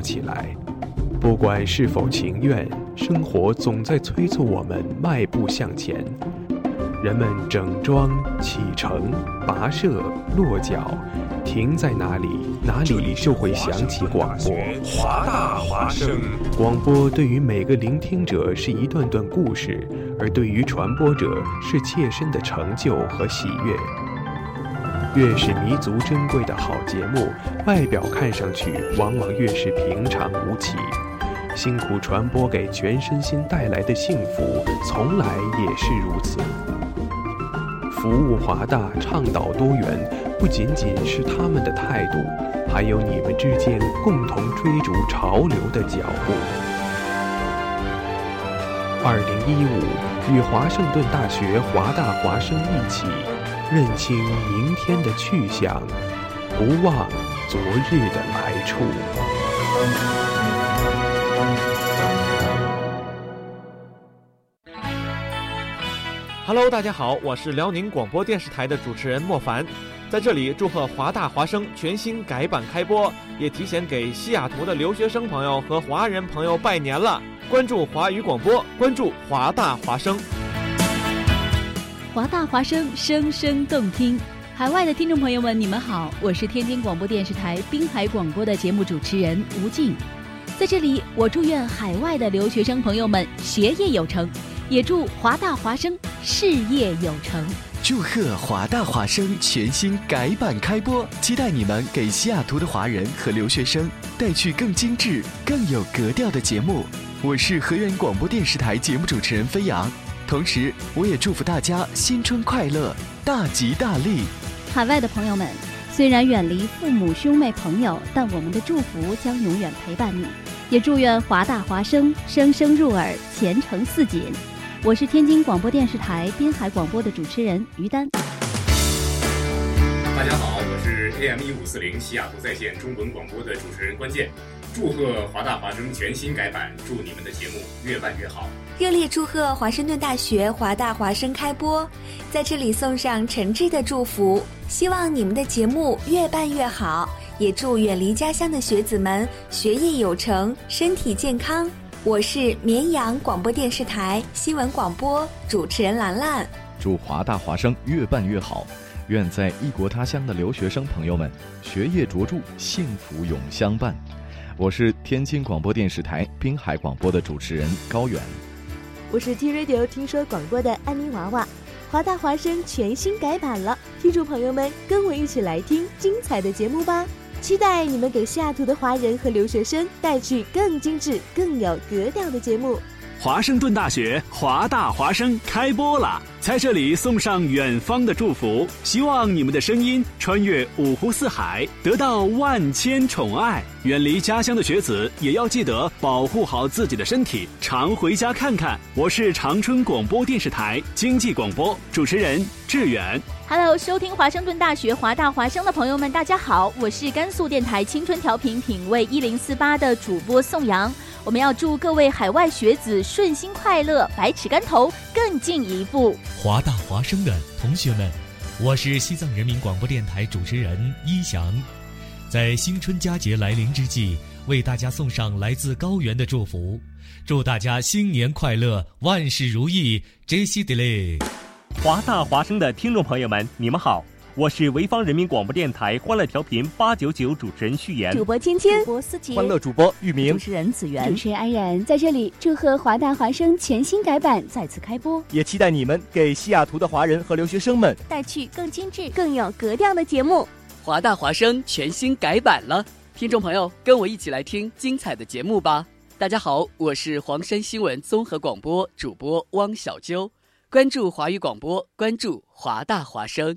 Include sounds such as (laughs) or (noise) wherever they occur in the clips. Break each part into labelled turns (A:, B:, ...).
A: 起来。不管是否情愿，生活总在催促我们迈步向前。人们整装启程、跋涉、落脚，停在哪里，哪里就会响起广播。
B: 华大华声，
A: 广播对于每个聆听者是一段段故事，而对于传播者是切身的成就和喜悦。越是弥足珍贵的好节目，外表看上去往往越是平常无奇。辛苦传播给全身心带来的幸福，从来也是如此。服务华大，倡导多元，不仅仅是他们的态度，还有你们之间共同追逐潮流的脚步。二零一五，与华盛顿大学华大华生一起，认清明天的去向，不忘昨日的来处。
C: Hello，大家好，我是辽宁广播电视台的主持人莫凡，在这里祝贺华大华生全新改版开播，也提前给西雅图的留学生朋友和华人朋友拜年了。关注华语广播，关注华大华生。
D: 华大华生，声声动听。海外的听众朋友们，你们好，我是天津广播电视台滨海广播的节目主持人吴静，在这里，我祝愿海外的留学生朋友们学业有成。也祝华大华生事业有成！
E: 祝贺华大华生全新改版开播，期待你们给西雅图的华人和留学生带去更精致、更有格调的节目。我是河源广播电视台节目主持人飞扬，同时我也祝福大家新春快乐，大吉大利！
F: 海外的朋友们，虽然远离父母、兄妹、朋友，但我们的祝福将永远陪伴你。也祝愿华大华生声声入耳，前程似锦。我是天津广播电视台滨海广播的主持人于丹。
G: 大家好，我是 AM 一五四零西雅图在线中文广播的主持人关键。祝贺华大华生全新改版，祝你们的节目越办越好。
H: 热烈祝贺华盛顿大学华大华生开播，在这里送上诚挚的祝福，希望你们的节目越办越好，也祝远离家乡的学子们学业有成，身体健康。我是绵阳广播电视台新闻广播主持人兰兰，
I: 祝华大华生越办越好，愿在异国他乡的留学生朋友们学业卓著，幸福永相伴。我是天津广播电视台滨海广播的主持人高远，
J: 我是 T Radio 听说广播的安妮娃娃。华大华生全新改版了，听众朋友们跟我一起来听精彩的节目吧。期待你们给西雅图的华人和留学生带去更精致、更有格调的节目。
K: 华盛顿大学华大华生开播了，在这里送上远方的祝福，希望你们的声音穿越五湖四海，得到万千宠爱。远离家乡的学子也要记得保护好自己的身体，常回家看看。我是长春广播电视台经济广播主持人志远。
L: Hello，收听华盛顿大学华大华生的朋友们，大家好，我是甘肃电台青春调频品味一零四八的主播宋阳。我们要祝各位海外学子顺心快乐，百尺竿头更进一步。
M: 华大华生的同学们，我是西藏人民广播电台主持人一翔，在新春佳节来临之际，为大家送上来自高原的祝福，祝大家新年快乐，万事如意，JC Delay。
N: 华大华生的听众朋友们，你们好，我是潍坊人民广播电台欢乐调频八九九主持人旭言，
O: 主播芊芊，
P: 主播思琪，
Q: 欢乐主播玉明，
R: 主持人子源，
S: 主持人安然，在这里祝贺华大华生全新改版再次开播，
Q: 也期待你们给西雅图的华人和留学生们
L: 带去更精致、
O: 更有格调的节目。
T: 华大华生全新改版了，听众朋友，跟我一起来听精彩的节目吧。大家好，我是黄山新闻综合广播主播汪小啾。关注华语广播，关注华大华生。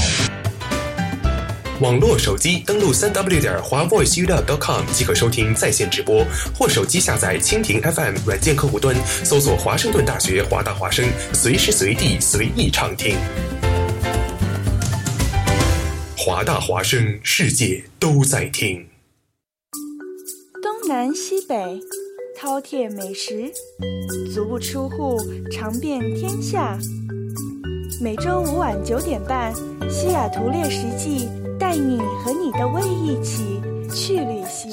A: 网络手机登录三 w 点华 voice 娱乐 .com 即可收听在线直播，或手机下载蜻蜓 FM 软件客户端，搜索华盛顿大学华大华声，随时随地随意畅听。华大华声，世界都在听。
R: 东南西北，饕餮美食，足不出户，尝遍天下。每周五晚九点半，《西雅图猎食记》带你和你的胃一起去旅行。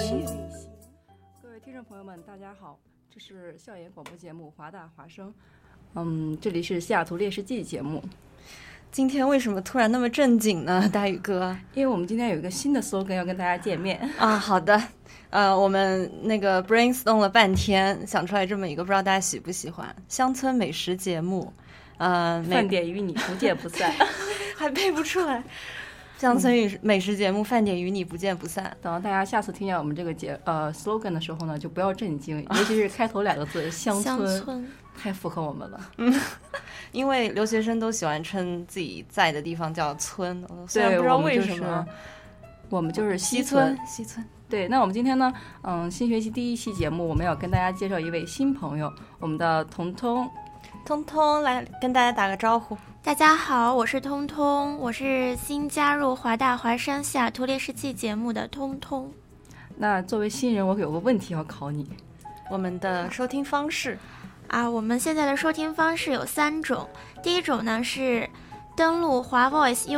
J: 各位听众朋友们，大家好，这是校园广播节目《华大华声》，嗯，这里是《西雅图猎食记》节目。
H: 今天为什么突然那么正经呢， (laughs) 大宇哥？
J: 因为我们今天有一个新的 slogan 要跟大家见面
H: 啊。好
J: (laughs)
H: 的，呃，我们那个 brainstorm 了半天，想出来这么一个，不知道大家喜不喜欢？乡村美食节目。呃，
J: 饭点与你不见不散，
H: 还背不出来。乡村与美食节目《饭点与你不见不散》嗯。
J: 等到大家下次听见我们这个节呃 slogan 的时候呢，就不要震惊，尤其是开头两个字“乡
H: 村”，
J: 太符合我们了。
H: 嗯，因为留学生都喜欢称自己在的地方叫村，虽然
J: 对，
H: 不知道为什么。
J: 我们就是
H: 西
J: 村，
H: 西村。
J: 对，那我们今天呢，嗯，新学期第一期节目，我们要跟大家介绍一位新朋友，我们的彤彤。
H: 通通来跟大家打个招呼。
G: 大家好，我是通通，我是新加入华大华山西雅图烈士记节目的通通。
J: 那作为新人，我有个问题要考你，
H: 我们的收听方式
G: 啊，我们现在的收听方式有三种，第一种呢是登录华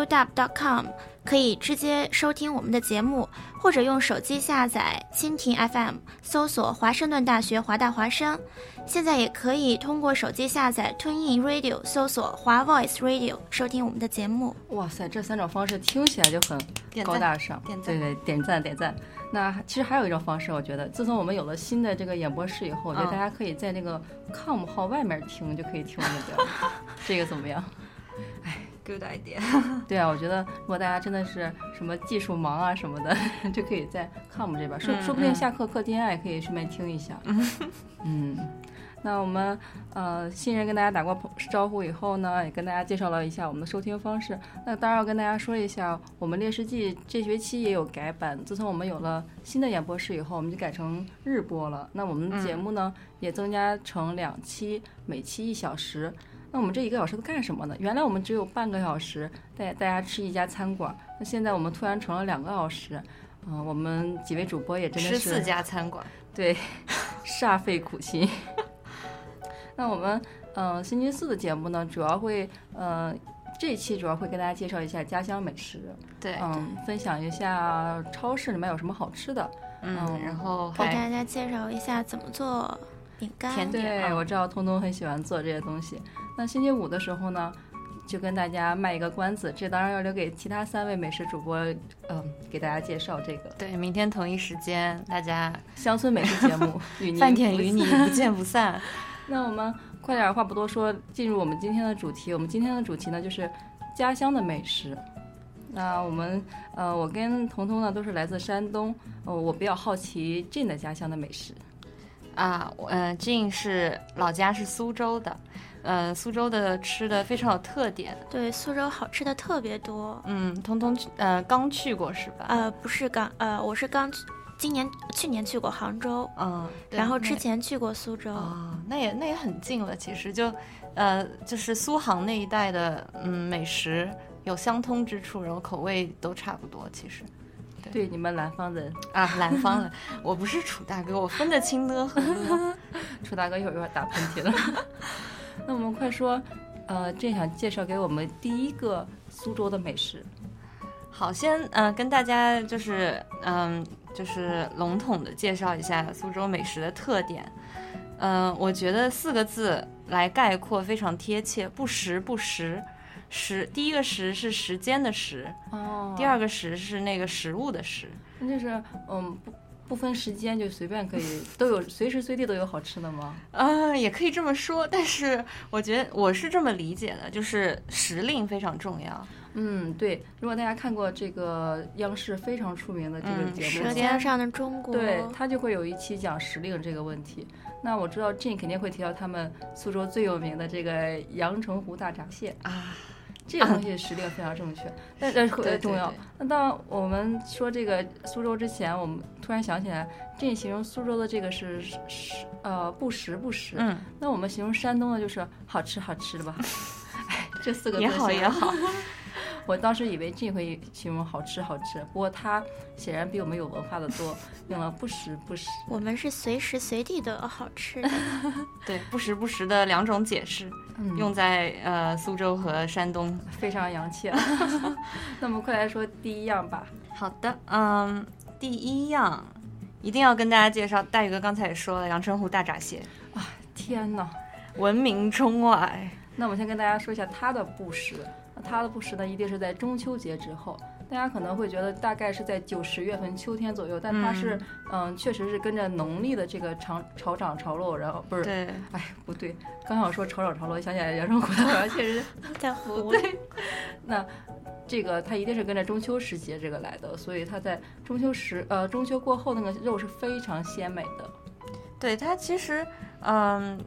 G: voiceuw.com，可以直接收听我们的节目，或者用手机下载蜻蜓 FM，搜索华盛顿大学华大华声。现在也可以通过手机下载 TuneIn Radio，搜索华 Voice Radio 收听我们的节目。
J: 哇塞，这三种方式听起来就很高大上，
H: 点赞
J: 对对，点赞点赞。那其实还有一种方式，我觉得，自从我们有了新的这个演播室以后，我觉
G: 嗯
J: 得大家可以在那个 com 号外面听，就可以听
G: (laughs)
J: 我们的，这个怎么样？哎。
H: good idea。
J: 对啊，我觉得如果大家真的是什么技术忙啊什么的， (laughs) 就可以在 com 这边，说、
H: 嗯
J: 说不定下课课间啊也可以顺便听一下。嗯，那我们呃新人跟大家打过招呼以后呢，也跟大家介绍了一下我们的收听方式。那当然要跟大家说一下，我们《猎食记》这学期也有改版，自从我们有了新的演播室以后，我们就改成日播了。那我们的节目呢、也增加成两期，每期一小时。那我们这一个小时都干什么呢？原来我们只有半个小时带大家吃一家餐馆，那现在我们突然成了两个小时，嗯、我们几位主播也真的
H: 十
J: 是
H: 四家餐馆，
J: 对，煞费苦心。那我们呃星期四的节目呢，主要会呃这一期主要会跟大家介绍一下家乡美食，
H: 对，
J: 嗯，分享一下超市里面有什么好吃的，
H: 嗯然后
G: 给
J: 还
G: 大家介绍一下怎么做饼干。
J: 对，我知道通通很喜欢做这些东西。那星期五的时候呢，就跟大家卖一个关子，这当然要留给其他三位美食主播，嗯、给大家介绍这个
H: 对，明天同一时间大家
J: 乡村美食
H: (laughs)
J: 节目，与您
H: 饭点与你不
J: 散
H: 见不散。
J: (laughs) 那我们快点儿，话不多说，进入我们今天的主题。我们今天的主题呢，就是家乡的美食。那我们呃，我跟彤彤呢都是来自山东，呃，我比较好奇 Jane 的家乡的美食。
H: 啊，我呃，Jin 是老家是苏州的，呃，苏州的吃的非常有特点。
G: 对，苏州好吃的特别多。
H: 嗯，通通去呃刚去过是吧？
G: 呃，不是刚呃，我是刚去今年去年去过杭州，
H: 嗯，对
G: 然后
H: 那哦
G: 之前去过苏州。
H: 那也那也很近了，其实就呃就是苏杭那一带的嗯美食有相通之处，然后口味都差不多，其实。
J: 对你们南方人
H: 啊，南方人，我不是楚大哥，我分得清呢和 (laughs) 呢。
J: 楚大哥一会儿又要打喷嚏了。 (laughs) 那我们快说，呃，正想介绍给我们第一个苏州的美食。
H: 好，先呃跟大家就是嗯、就是笼统的介绍一下苏州美食的特点。嗯、我觉得四个字来概括非常贴切，不时不食。时第一个时是时间的时，
J: 哦
H: 第二个时是那个食物的食。
J: 那就是嗯不不分时间就随便可以都有随时随地都有好吃的吗？
H: (laughs) 啊，也可以这么说，但是我觉得我是这么理解的，就是时令非常重要。
J: 嗯，对。如果大家看过这个央视非常出名的这个
H: 嗯
J: 节目，
G: 舌尖上的中国
J: 对，它就会有一期讲时令这个问题。那我知道 Jane 肯定会提到他们苏州最有名的这个阳澄湖大闸蟹
H: 啊，
J: 这个东西实力非常正确，但但是特别重要。那当我们说这个苏州之前，我们突然想起来，这形容苏州的这个是是呃不时不食。
H: 嗯，
J: 那我们形容山东的就是好吃好吃的吧？哎，这四个字
H: 也好也好。
J: 我当时以为这会形容好吃好吃，不过他显然比我们有文化的多， (laughs) 用了不时不时。
G: 我们是随时随地都有好吃的，
H: 对不时不时的两种解释，
J: 嗯、
H: 用在呃苏州和山东
J: 非常洋气、啊。 (laughs) 那么快来说第一样吧。
H: 好的，嗯，第一样一定要跟大家介绍，大宇哥刚才也说了，阳澄湖大闸蟹
J: 啊，天哪，
H: 闻名中外。
J: 那我先跟大家说一下它的布食。它的不食呢，一定是在中秋节之后。大家可能会觉得大概是在九十月份秋天左右，但它是，嗯、呃，确实是跟着农历的这个潮潮涨潮落，然后不是，
H: 对，
J: 哎，不对，刚想说潮涨潮落，想起来阳澄湖大闸蟹是
G: 在湖
J: 对，那这个它一定是跟着中秋时节这个来的，所以它在中秋时，呃，中秋过后那个肉是非常鲜美的。
H: 对它其实，嗯，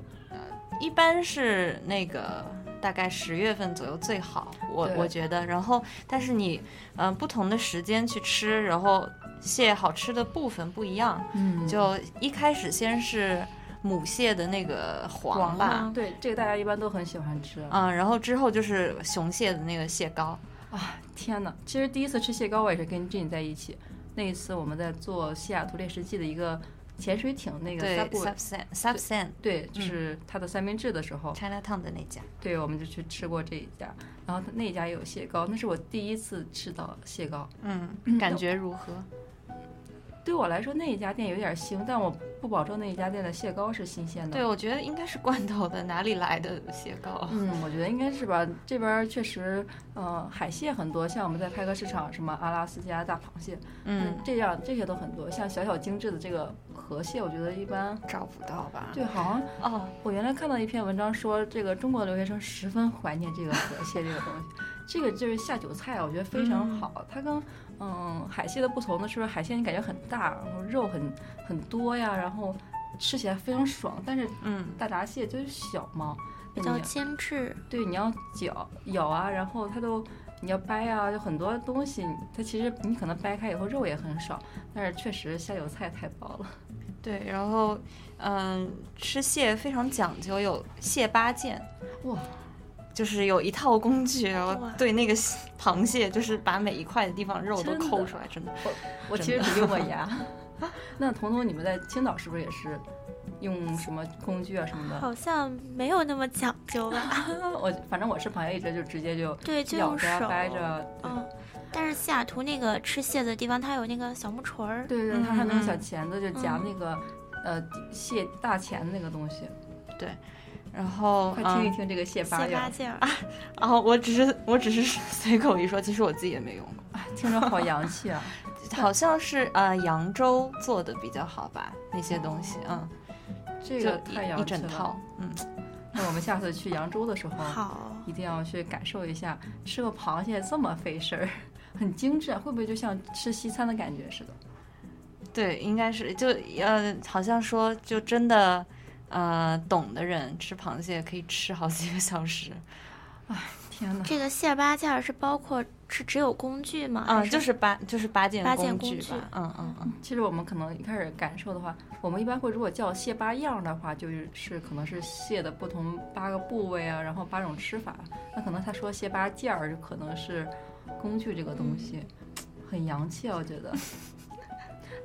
H: 一般是那个。大概十月份左右最好，我我觉得。然后，但是你，嗯、呃，不同的时间去吃，然后蟹好吃的部分不一样。
J: 嗯，
H: 就一开始先是母蟹的那个黄啊吧，
J: 黄嗯对，这个大家一般都很喜欢吃。
H: 嗯，然后之后就是雄蟹的那个蟹膏。
J: 啊，天哪！其实第一次吃蟹膏，我也是跟 Jane 在一起。那一次我们在做西雅图猎食记的一个。潜水艇那个
H: Subsan Subsan
J: 对，就是它的三明治的时候
H: ，China Town 嗯的那家，
J: 对，我们就去吃过这一家，然后那家有蟹膏，那是我第一次吃到蟹膏，
H: 嗯，感觉如何？
J: 对我来说那一家店有点腥，但我不保证那一家店的蟹膏是新鲜的。
H: 对，我觉得应该是罐头的，哪里来的蟹膏？
J: 嗯，我觉得应该是吧，这边确实，呃，海蟹很多，像我们在派克市场，什么阿拉斯加大螃蟹，
H: 嗯，
J: 这样这些都很多，像小小精致的这个。河蟹，我觉得一般
H: 找不到吧？
J: 对，好
H: 像哦，
J: 我原来看到一篇文章说，这个中国留学生十分怀念这个河蟹这个东西。这个就是下酒菜啊，我觉得非常好。嗯、它跟嗯海蟹的不同呢，是海蟹你感觉很大，然后肉很很多呀，然后吃起来非常爽。但是
H: 嗯，
J: 大闸蟹就是小嘛，
G: 比较精致。
J: 对，你要嚼咬啊，然后它都。你要掰啊，就很多东西，它其实你可能掰开以后肉也很少，但是确实下酒菜太薄
H: 嗯
J: 了。
H: 对，然后，嗯，吃蟹非常讲究，有蟹八件，
J: 哇，
H: 就是有一套工具，然后对那个螃蟹，就是把每一块的地方肉都抠出来，真的。
J: 我我其实只用过牙。那彤彤，你们在青岛是不是也是？用什么工具啊什么的，
G: 好像没有那么讲究吧。
J: 我反正我吃螃蟹一直就直接就
G: 对，就
J: 咬
G: 着、啊、
J: 掰着。
G: 嗯，但是西雅图那个吃蟹的地方，它有那个小木锤儿，
J: 对对，它还有
H: 那
J: 个小钳子，就夹那个、嗯、呃蟹大钳那个东西。
H: 对，然后
J: 快听一听这个蟹八
G: 戒。蟹八戒
H: 啊！啊，我只是我只是 (laughs) 随口一说，其实我自己也没用过。
J: 啊、听着好洋气
H: (laughs)
J: 啊！
H: 好像是呃扬州做的比较好吧，那些东西，嗯。
J: 这个太洋
H: 一整套，嗯，
J: 那我们下次去扬州的时候，
G: 好，
J: 一定要去感受一下吃个螃蟹这么费事儿，很精致，会不会就像吃西餐的感觉似的？
H: 对，应该是就呃，好像说就真的呃，懂的人吃螃蟹可以吃好几个小时。
J: 哎，天哪！
G: 这个蟹八件是包括是只有工具吗？
J: 啊
H: 嗯，
G: 是
H: 就是八就是八件
G: 八件
H: 工具
G: 吧。
H: 嗯嗯嗯。
J: 其实我们可能一开始感受的话，我们一般会如果叫蟹八样的话，就是是可能是蟹的不同八个部位啊，然后八种吃法。那可能他说蟹八件儿，就可能是工具这个东西，嗯、很洋气、啊，我觉得。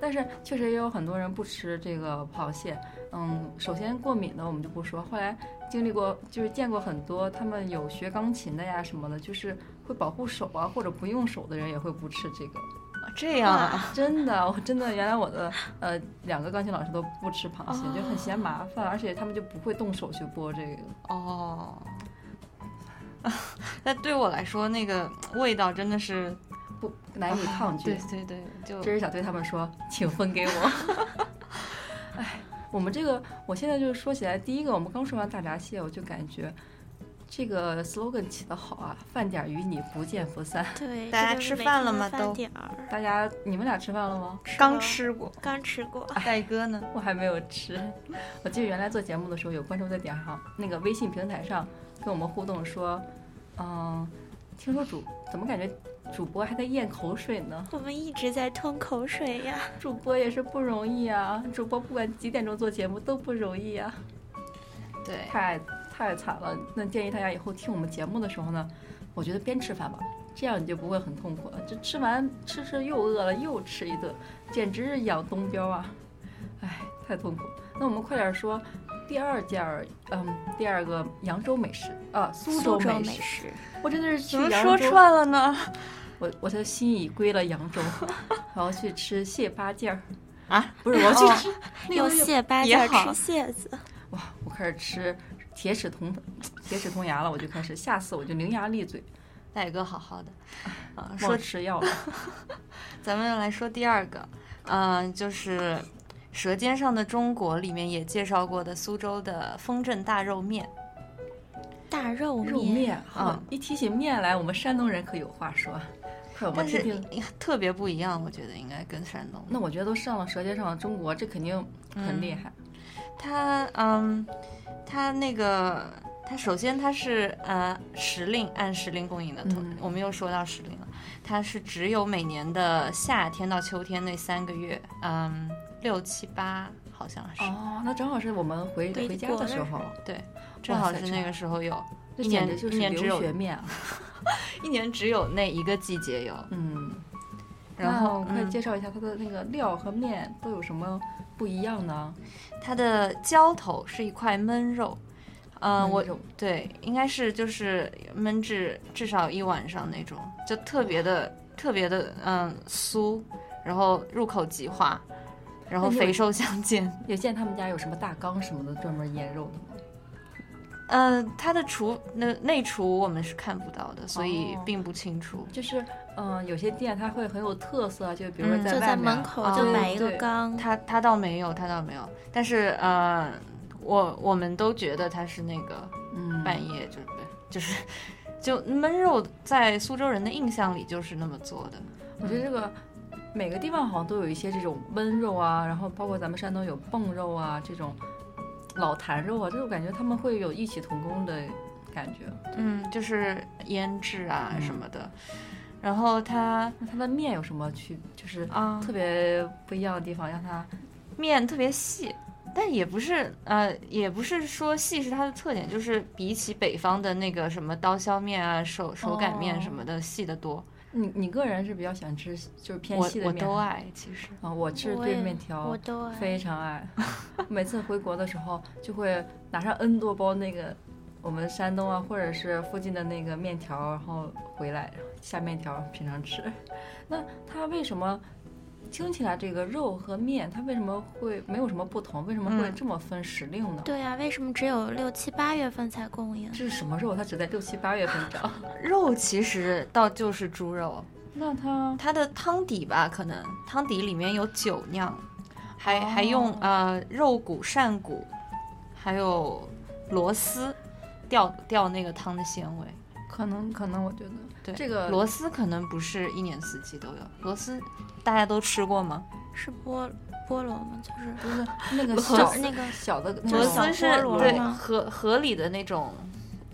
J: 但是确实也有很多人不吃这个螃蟹，嗯，首先过敏的我们就不说，后来经历过就是见过很多他们有学钢琴的呀什么的，就是会保护手啊或者不用手的人也会不吃这个。
H: 这样啊，
J: 真的，我真的原来我的呃两个钢琴老师都不吃螃蟹，就很嫌麻烦，而且他们就不会动手去剥这个。
H: 哦， (laughs) 那对我来说那个味道真的是。
J: 不难以抗拒、
H: 啊，对对对，就
J: 真是想对他们说，请分给我。哎我们这个，我现在就是说起来，第一个，我们刚说完大闸蟹，我就感觉这个 slogan 起的好啊，饭点与你不见不散。
G: 对，
H: 大家吃饭了吗？都，
J: 大家你们俩吃饭了吗？
G: 吃了
H: 刚吃过，啊
G: 刚吃过。
H: 戴哥呢？
J: (laughs) 我还没有吃。我记得原来做节目的时候，有观众在点上那个微信平台上跟我们互动说，嗯。听说主怎么感觉主播还在咽口水呢？
G: 我们一直在吞口水呀。
J: 主播也是不容易啊，主播不管几点钟做节目都不容易啊。
H: 对，
J: 太太惨了。那建议大家以后听我们节目的时候呢，我觉得边吃饭吧，这样你就不会很痛苦了。这吃完吃吃又饿了又吃一顿，简直是养东标啊！哎，太痛苦。那我们快点说第二件儿，嗯，第二个扬州美食啊，苏州
G: 美
J: 食。我真的是去
H: 怎么
J: 扬
H: 说
J: 州
H: 串了
J: (laughs)
H: 呢？
J: 我我就心已归了扬州， (laughs) 然后去吃蟹八件儿
H: 啊，
J: 不是我要去
G: 哦
J: 吃那
G: 用
J: 个是
G: 蟹八
J: 也
G: 件儿
J: 好
G: 吃蟹子，
J: 我开始吃铁齿铜铁齿铜牙了，我就开始，下次我就伶牙俐嘴，
H: 戴哥好
J: (laughs)
H: 好的，啊，
J: 忘
H: 说
J: 吃药了。
H: 咱们来说第二个，嗯、就是《舌尖上的中国》里面也介绍过的苏州的丰镇大肉面。
G: 大肉
J: 肉面啊
H: 啊，
J: 一提起面来，我们山东人可有话说。快，我们
H: 但
J: 听
H: 是
J: 听。
H: 特别不一样，我觉得应该跟山东。
J: 那我觉得都上了《舌尖上的中国》，这肯定很厉害。
H: 它嗯，它那个它首先它是呃时令按时令供应
J: 嗯
H: 的，同我们又说到时令了，它是只有每年的夏天到秋天那三个月，嗯，六七八好像是，
J: 哦，那正好是我们回
H: 对
J: 回家的时候
H: 过，对，正好是那个时候有，
J: 这
H: 一
J: 简
H: 年
J: 直就是
H: 一年只
J: 留
H: 有
J: 学面啊！
H: (laughs) 一年只有那一个季节有，
J: 嗯，
H: 然后
J: 那快
H: 嗯
J: 介绍一下它的那个料和面都有什么不一样呢？
H: 它的浇头是一块焖肉，呃，
J: 焖
H: 我
J: 肉
H: 对，应该是就是焖至至少一晚上那种，就特别的特别的嗯酥，然后入口即化，然后
J: 那你有
H: 肥瘦相间。
J: 有见他们家有什么大缸什么的专门腌肉的吗？
H: 嗯、呃，它的厨那内厨我们是看不到的，所以
J: 哦
H: 并不清楚。
J: 就是嗯、呃有些店它会很有特色，就比如说
H: 嗯
J: 在
H: 就
J: 外
H: 在
J: 面
H: 门口
J: 啊
H: 就
J: 对
H: 摆一个
J: 对
H: 缸他他倒没有，他倒没有，但是呃，我我们都觉得他是那个
J: 嗯
H: 半夜就是、就是就焖肉，在苏州人的印象里就是那么做的。
J: 我觉得这个每个地方好像都有一些这种焖肉啊，然后包括咱们山东有蹦肉啊，这种老坛肉啊，这种感觉他们会有异曲同工的感觉。
H: 嗯，就是腌制啊
J: 嗯
H: 什么的。然后它
J: 那它的面有什么区？就是
H: 啊
J: 特别不一样的地方，让它
H: 面特别细，但也不是呃，也不是说细是它的特点，就是比起北方的那个什么刀削面啊、手手擀面什么的、细得多。
J: 你你个人是比较喜欢吃就是偏
H: 我
J: 细的
H: 我
J: 面，
H: 都爱其实
J: 啊，我是
H: 我
J: 对
H: 也
J: 面条
H: 我都爱
J: 非常爱。
G: (laughs)
J: 每次回国的时候，就会拿上 N 多包那个我们山东啊，或者是附近的那个面条，然后回来然后下面条平常吃。那它为什么听起来这个肉和面，它为什么会没有什么不同？为什么会
G: 嗯
J: 这么分时令呢？哦
G: 对啊，为什么只有六七八月份才供应？
J: 这是什么肉？它只在六七八月份长。
H: 肉其实倒就是猪肉，
J: 那它
H: 它的汤底吧，可能汤底里面有酒酿，还、
J: 哦
H: 还用呃肉骨、扇骨，还有螺丝，调调那个汤的鲜味。
J: 可能可能我觉得
H: 对，
J: 这个
H: 螺丝可能不是一年四季都有，螺丝大家都吃过吗？
G: 是菠菠萝吗？就是
J: 不是那个
H: 螺丝
J: 小
H: 那
G: 个
J: 小的那
H: 螺
J: 种
H: 丝是
J: 小菠萝
H: 对
J: 吗
H: 河河里的那种，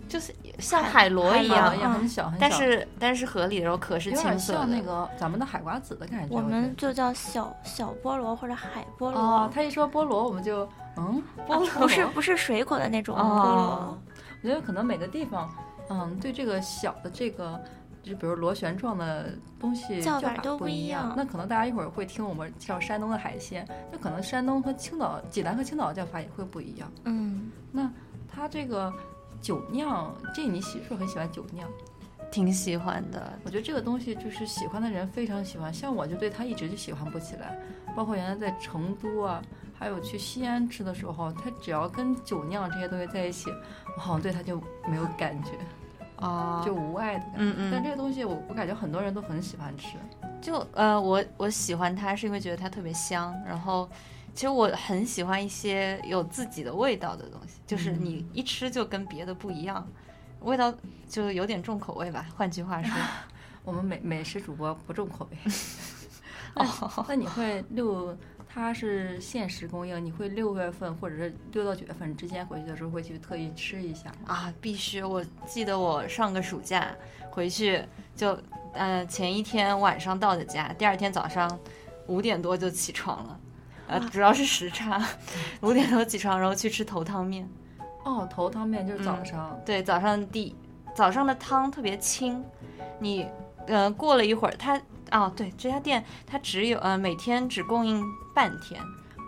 H: 就是像
J: 海
H: 海螺
J: 海
H: 一
J: 螺
H: 样，
J: 一样
G: 嗯
J: 很小很
H: 但
J: 小
H: 是但是河里的肉壳是
G: 有点
H: 青色的，
J: 像那个咱们的海瓜子的感觉。
G: 我
J: 觉得
G: 们就叫小小菠萝或者海菠萝。
J: 哦，他一说菠萝，我们就嗯，
G: 啊不是不
J: 是
G: 是水果的那种菠
J: 哦
G: 萝，。
J: 我觉得可能每个地方，嗯，对这个小的这个，就比如螺旋状的东西
G: 叫
J: 法
G: 法都
J: 不
G: 不一
J: 样
G: 样。
J: 那可能大家一会儿会听我们介绍山东的海鲜，那可能山东和青岛、济南和青岛的叫法也会不一样。
G: 嗯，
J: 那它这个酒酿，这你喜是不是很喜欢酒酿？
H: 挺喜欢的。
J: 我觉得这个东西就是喜欢的人非常喜欢，像我就对它一直就喜欢不起来。包括原来在成都啊，还有去西安吃的时候，它只要跟酒酿这些东西在一起，我好像对它就没有感觉，
H: 啊
J: 就无爱的感觉。
H: 嗯嗯
J: 但这个东西我我感觉很多人都很喜欢吃。
H: 就呃，我我喜欢它是因为觉得它特别香，然后其实我很喜欢一些有自己的味道的东西，就是嗯你一吃就跟别的不一样，味道就有点重口味吧。换句话说，
J: (laughs)
H: (laughs)
J: 我们美美食主播不重口味。哦，那你会六，它是限时供应，你会六月份或者是六到九月份之间回去的时候会去特意吃一下吗？
H: 啊，必须！我记得我上个暑假回去就，呃，前一天晚上到的家，第二天早上五点多就起床
E: (laughs)
H: 了，呃，
J: 哇
H: 主要是时差，五点多起床，然后去吃头汤面。嗯
J: 哦，头汤面就是早上。
H: 对，早上第早上的汤特别清，你呃过了一会儿，它哦对，这家店它只有呃每天只供应半天，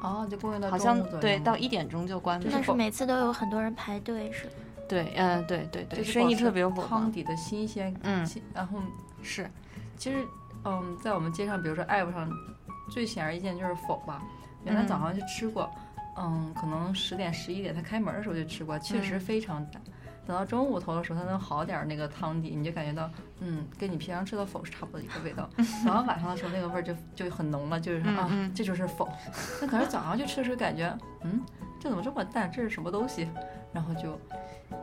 J: 哦，就供应到
H: 好
J: 中
H: 像
J: 午左右
H: 对到一点钟就关门，
G: 但是每次都有很多人排队，是吧？
H: 对嗯、呃对对对，
J: 就是
H: 生意
J: 保持
H: 特别火
J: 汤
H: 嘛，
J: 底的新鲜，
H: 嗯
J: 新，然后
H: 是，
J: 其实嗯，在我们街上，比如说 app 上，最显而易见就是否吧，原来
H: 嗯
J: 早上去吃过，嗯，可能十点十一点它开门的时候就吃过，确实
H: 嗯
J: 非常淡。等到中午头的时候，它能好点儿，那个汤底你就感觉到，嗯，跟你平常吃的否是差不多一个味道。然后晚上的时候，那个味儿就就很浓了，就是说
H: 嗯
J: 啊，
H: 嗯
J: 这就是否。 (laughs) 那可是早上去吃的时候，感觉，嗯，这怎么这么淡？这是什么东西？然后就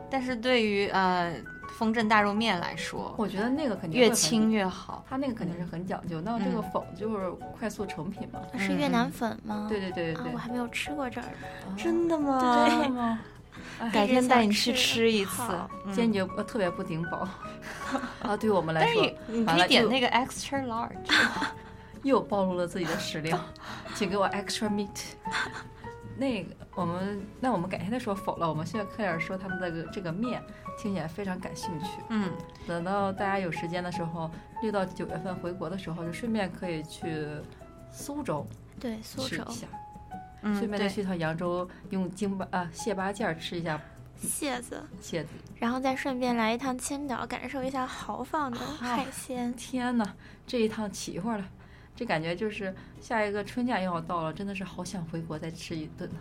H: 但是对于呃丰镇大肉面来说，
J: 我觉得那个肯定
H: 越
J: 会很
H: 清越好，
J: 它那个肯定是很讲究。那这
H: 嗯
J: 个
H: 哦
J: 否就是快速成品嘛？
G: 是越南粉吗？
J: 对对对对
G: 啊，我还没有吃过这儿呢。
H: 真的吗
J: 真的嗯
G: (laughs)
J: 吗？哎
H: 改天带你去
G: 想吃
H: 吃一次
G: 好，
H: 嗯
J: 坚决不特别不顶饱 (laughs) 啊！对我们来
H: 但是
J: 说
H: 也，你
J: 完
H: 可以
J: 了
H: 点
J: 又
H: 那个 extra large。
J: 又暴露了自己的食量，请给我 extra meat。那个，我们那我们改天再说否了。我们现在开点说他们的这个面，听起来非常感兴趣。
H: 嗯，
J: 等到大家有时间的时候，六到九月份回国的时候，就顺便可以去苏州
G: 对，苏
J: 吃
G: 州
J: 一下，
H: 嗯
J: 顺便再
H: 对
J: 去趟扬州，用京八啊蟹八件儿吃一下
G: 蟹子，
J: 蟹子。
G: 然后再顺便来一趟千岛，感受一下豪放的
H: 啊
G: 海鲜。
J: 天呐，这一趟起一会儿了，这感觉就是下一个春假又要到了，真的是好想回国再吃一顿呢。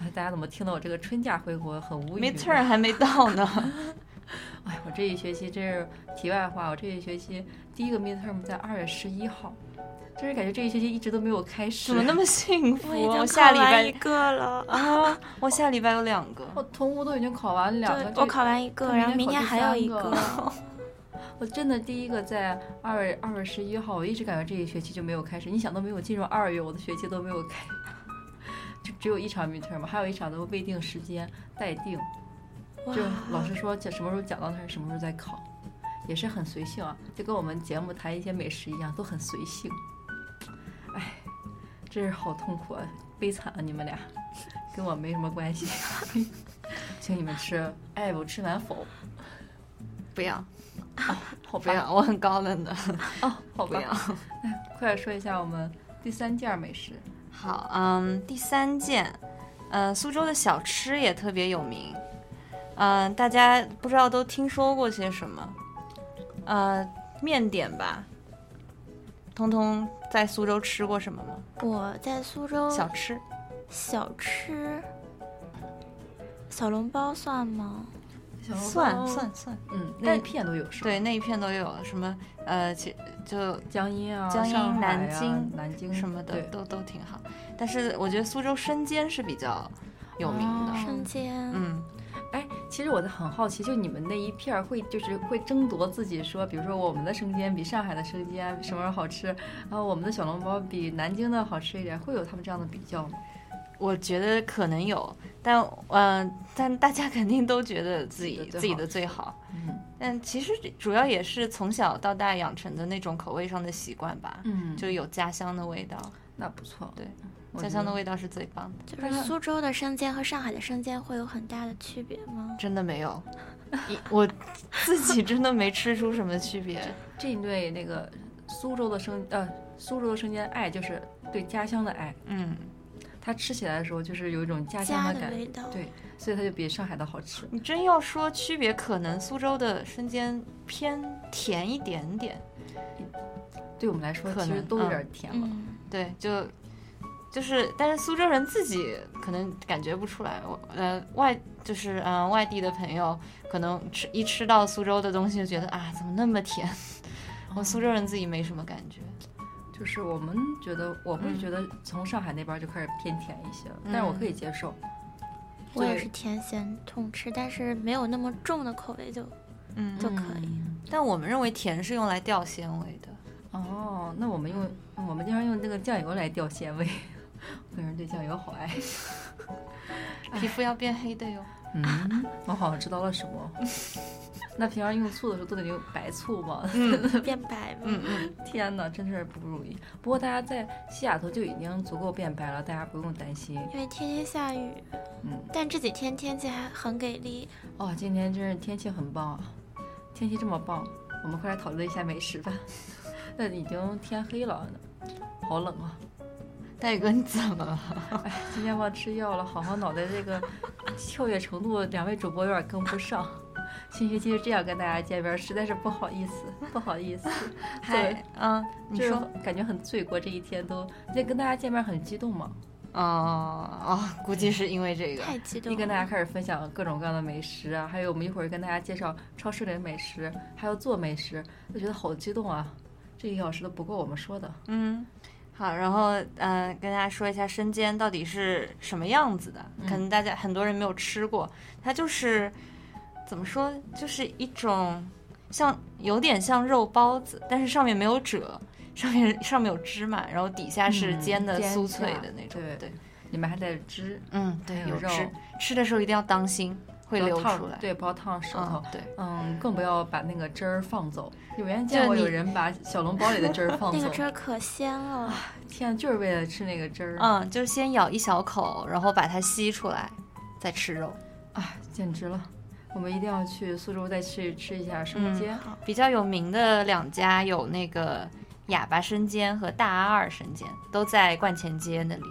J: 哎，大家怎么听到我这个春假回国很无语呢？
H: midterm 还没到呢。
J: (laughs) 哎，我这一学期这是题外话，我这一学期第一个 midterm 在二月十一号，就是感觉这一学期一直都没有开始。
H: 怎么那么幸福？
G: 我已经
H: 我下
G: 考
H: 礼
G: 完
H: 拜
G: 一个了
H: 啊，我下礼拜有两个。
J: 我同屋都已经考完两个
G: 对，
H: 哦
J: 这
G: 我考完一个，
J: 他
G: 然后明
J: 明
G: 天
J: 天
G: 还有
J: 考第
G: 一
J: 三
G: 个
J: (laughs) 个。我真的第一个在二月二月十一号，我一直感觉这一学期就没有开始，你想都没有进入二月，我的学期都没有开， (laughs) 就只有一场 midterm，还有一场都未定时间待定，
G: 哇
J: 就老师说讲什么时候讲到那儿，什么时候再考，也是很随性啊，就跟我们节目谈一些美食一样，都很随性。哎，真是好痛苦啊，悲惨啊你们俩，跟我没什么关系， (laughs) 请你们吃，哎，我吃完否？
H: 不要，
J: 好
L: 不要
J: 吧
H: 我很高冷的。
J: 哦，好
H: 不
J: 吧
H: 要。
J: 快点说一下我们第三件美食。
H: 好，嗯，第三件，呃，苏州的小吃也特别有名，嗯、大家不知道都听说过些什么？呃，面点吧，通通在苏州吃过什么吗？
G: 我在苏州
H: 小吃，
G: 小吃，小笼包算吗？
H: 算算算，
J: 嗯，那
H: 但
J: 一片都有是吧？
H: 对，那一片都有什么？呃，其就
J: 江阴啊
H: 江
J: 上
H: 阴、
J: 海
H: 南
J: 啊
H: 京、
J: 南京
H: 什么的
J: 对
H: 都都挺好。但是我觉得苏州生煎是比较有名的。
G: 生煎，
H: 嗯，
J: 哎，其实我很好奇，就你们那一片儿会就是会争夺自己说，比如说我们的生煎比上海的生煎什么好吃，然后我们的小笼包比南京的好吃一点，会有他们这样的比较吗？
H: 我觉得可能有，但呃，但大家肯定都觉得自己自己的最好。
J: 嗯
H: 但其实主要也是从小到大养成的那种口味上的习惯吧。
J: 嗯
H: 就有家乡的味道。
J: 那不错。嗯
H: 对，
J: 我
H: 家
J: 觉
H: 乡的
J: 得
H: 味道是最棒的。
G: 就是苏州的生煎和上海的生煎会有很大的区别吗？
H: 真的没有，一 (laughs) 我自己真的没吃出什么区别。
J: 这你对那个苏州的生呃苏州的生煎爱就是对家乡的爱，
H: 嗯，
J: 它吃起来的时候就是有一种家乡
G: 家的
J: 感
G: 味道
J: 对，所以它就比上海的好吃。
H: 你真要说区别，可能苏州的生煎偏甜一点点，
J: 对我们来说
H: 可
J: 其实
H: 能
J: 都有
H: 嗯
J: 点甜了。
H: 对，就就是，但是苏州人自己可能感觉不出来，我呃外就是嗯、呃外地的朋友可能吃一吃到苏州的东西就觉得啊怎么那么甜， (laughs) 我苏州人自己没什么感觉，
J: 就是我们觉得，我会觉
G: 嗯
J: 得从上海那边就开始偏甜一些了，
H: 嗯
J: 但是我可以接受。
G: 我也
J: 对
G: 是甜咸通吃，但是没有那么重的口味就
H: 嗯
G: 就可以。
J: 以。
H: 但我们认为甜是用来调鲜味的，
J: 哦，那我们用我们经常用这个酱油来调鲜味，我个人对酱油好爱。
H: 皮肤要变黑的哟。
J: 嗯，我好像知道了什么。 (laughs) 那平常用醋的时候都得用白醋吗？ (laughs)
G: 嗯，变白吗？
J: 嗯嗯。天哪，真是不容易。不过大家在西雅图就已经足够变白了，大家不用担心。
G: 因为天天下雨。
J: 嗯。
G: 但这几天天气还很给力。
J: 哦，今天真是天气很棒啊！天气这么棒，我们快来讨论一下美食吧。 (laughs) 那已经天黑了，好冷啊！
H: 大宇哥，你怎
G: (laughs)
H: 么了？
J: 哎，今天忘吃药了，好像脑袋这个跳跃程度，两位主播有点跟不上。新学期就这样跟大家见面，实在是不好意思，不好意思。
H: 嗨，嗯，
J: 就是感觉很罪过，这一天都那跟大家见面很激动嘛。
H: 啊啊，估计是因为这个
G: 太激动，
J: 一跟大家开始分享各种各样的美食啊，还有我们一会儿跟大家介绍超市里的美食，还有做美食，就觉得好激动啊！这一个小时都不够我们说的。
H: 嗯。好，然后嗯、呃，跟大家说一下生煎到底是什么样子的，
J: 嗯
H: 可能大家很多人没有吃过，它就是怎么说，就是一种像有点像肉包子，但是上面没有褶，上面上面有芝麻，然后底下是煎的酥脆的那种，
J: 嗯、
H: 对，
J: 里面还带汁，
H: 嗯，对，
J: 有
H: 汁，吃的时候一定要当心。会流出来，
J: 对，不要烫手头，
H: 嗯、对，
J: 嗯，更不要把那个汁儿放走。有人见过有人把小笼包里的汁儿放走，
G: 那个汁儿可鲜了、啊，
J: 天，就是为了吃那个汁儿。
H: 嗯，就是先咬一小口，然后把它吸出来，再吃肉。
J: 啊，简直了！我们一定要去苏州再去吃一下生煎、
H: 嗯。比较有名的两家有那个哑巴生煎和大阿二生煎，都在观前街那里。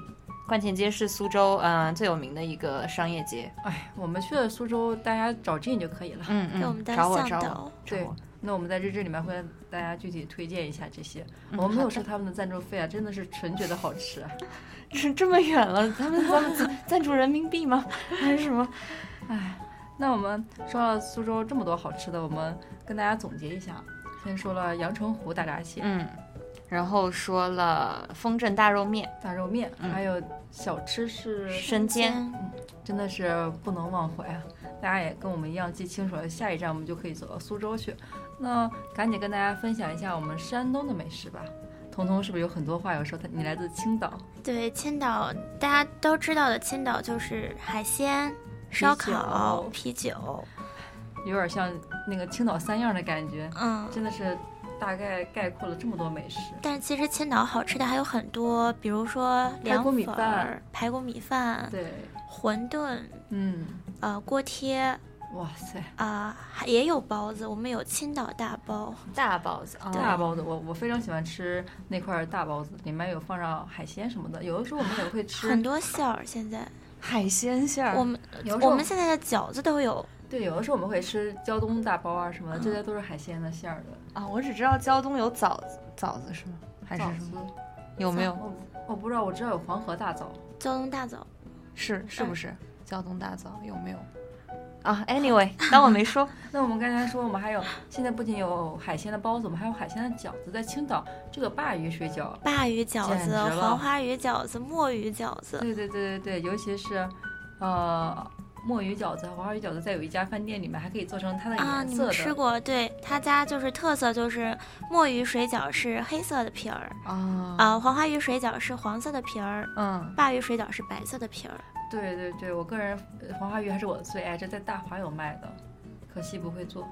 H: 观前街是苏州嗯、呃、最有名的一个商业街。
J: 哎，我们去了苏州，大家找 Jane 就可以了。
H: 嗯
G: 嗯，
H: 我找我找我。
J: 对，那我们在日志里面会给大家具体推荐一下这些。嗯、我们没有收他们的赞助费啊，真的是纯觉得好吃、啊。
H: 这这么远了，他们他们赞助人民币吗？还是什么？
J: 哎，那我们说了苏州这么多好吃的，我们跟大家总结一下。先说了阳澄湖大闸蟹，
H: 嗯。然后说了丰镇大肉面，
J: 大肉面，嗯、还有小吃是
H: 生煎、
J: 嗯，真的是不能忘怀啊！大家也跟我们一样记清楚了，下一站我们就可以走到苏州去。那赶紧跟大家分享一下我们山东的美食吧。彤彤是不是有很多话要说？他你来自青岛，
G: 对青岛大家都知道的，青岛就是海鲜、烧烤、啤酒，
J: 有点像那个青岛三样的感觉。
G: 嗯，
J: 真的是。大概概括了这么多美食，
G: 但其实青岛好吃的还有很多，比如说凉
J: 粉、排骨米饭、
G: 排骨米饭，
J: 对，
G: 馄饨，
J: 嗯，
G: 呃，锅贴，
J: 哇塞，
G: 啊、呃，也有包子，我们有青岛大包，
H: 大包子，哦、
J: 大包子，我我非常喜欢吃那块大包子，里面有放上海鲜什么的，有的时候我们也会吃
G: 很多馅儿，现在
H: 海鲜馅儿，
G: 我们我们现在的饺子都有。
J: 对，有的时候我们会吃胶东大包啊什么的，这些都是海鲜的馅儿
H: 的啊。我只知道胶东有枣子，枣子是吗？还是什么？有没有？
J: 我不知道，我知道有黄河大枣，
G: 胶东大枣，哎
H: 是是不是？胶东大枣有没有？啊，anyway，当我没说。
J: 那我们刚才说，我们还有现在不仅有海鲜的包子，我们还有海鲜的饺子。在青岛，这个鲅鱼水饺、
G: 鲅鱼饺子、黄花鱼饺子、墨鱼饺子，
J: 对对对对对，尤其是，呃。墨鱼饺子、黄花鱼饺子，在有一家饭店里面还可以做成它的颜色的。啊，
G: 你们吃过？对，他家就是特色就是墨鱼水饺是黑色的皮儿，
H: 啊、
G: 呃，黄花鱼水饺是黄色的皮儿，
H: 嗯，
G: 鲅鱼水饺是白色的皮儿。
J: 对对对，我个人黄花鱼还是我的最爱，这在大华有卖的，可惜不会做。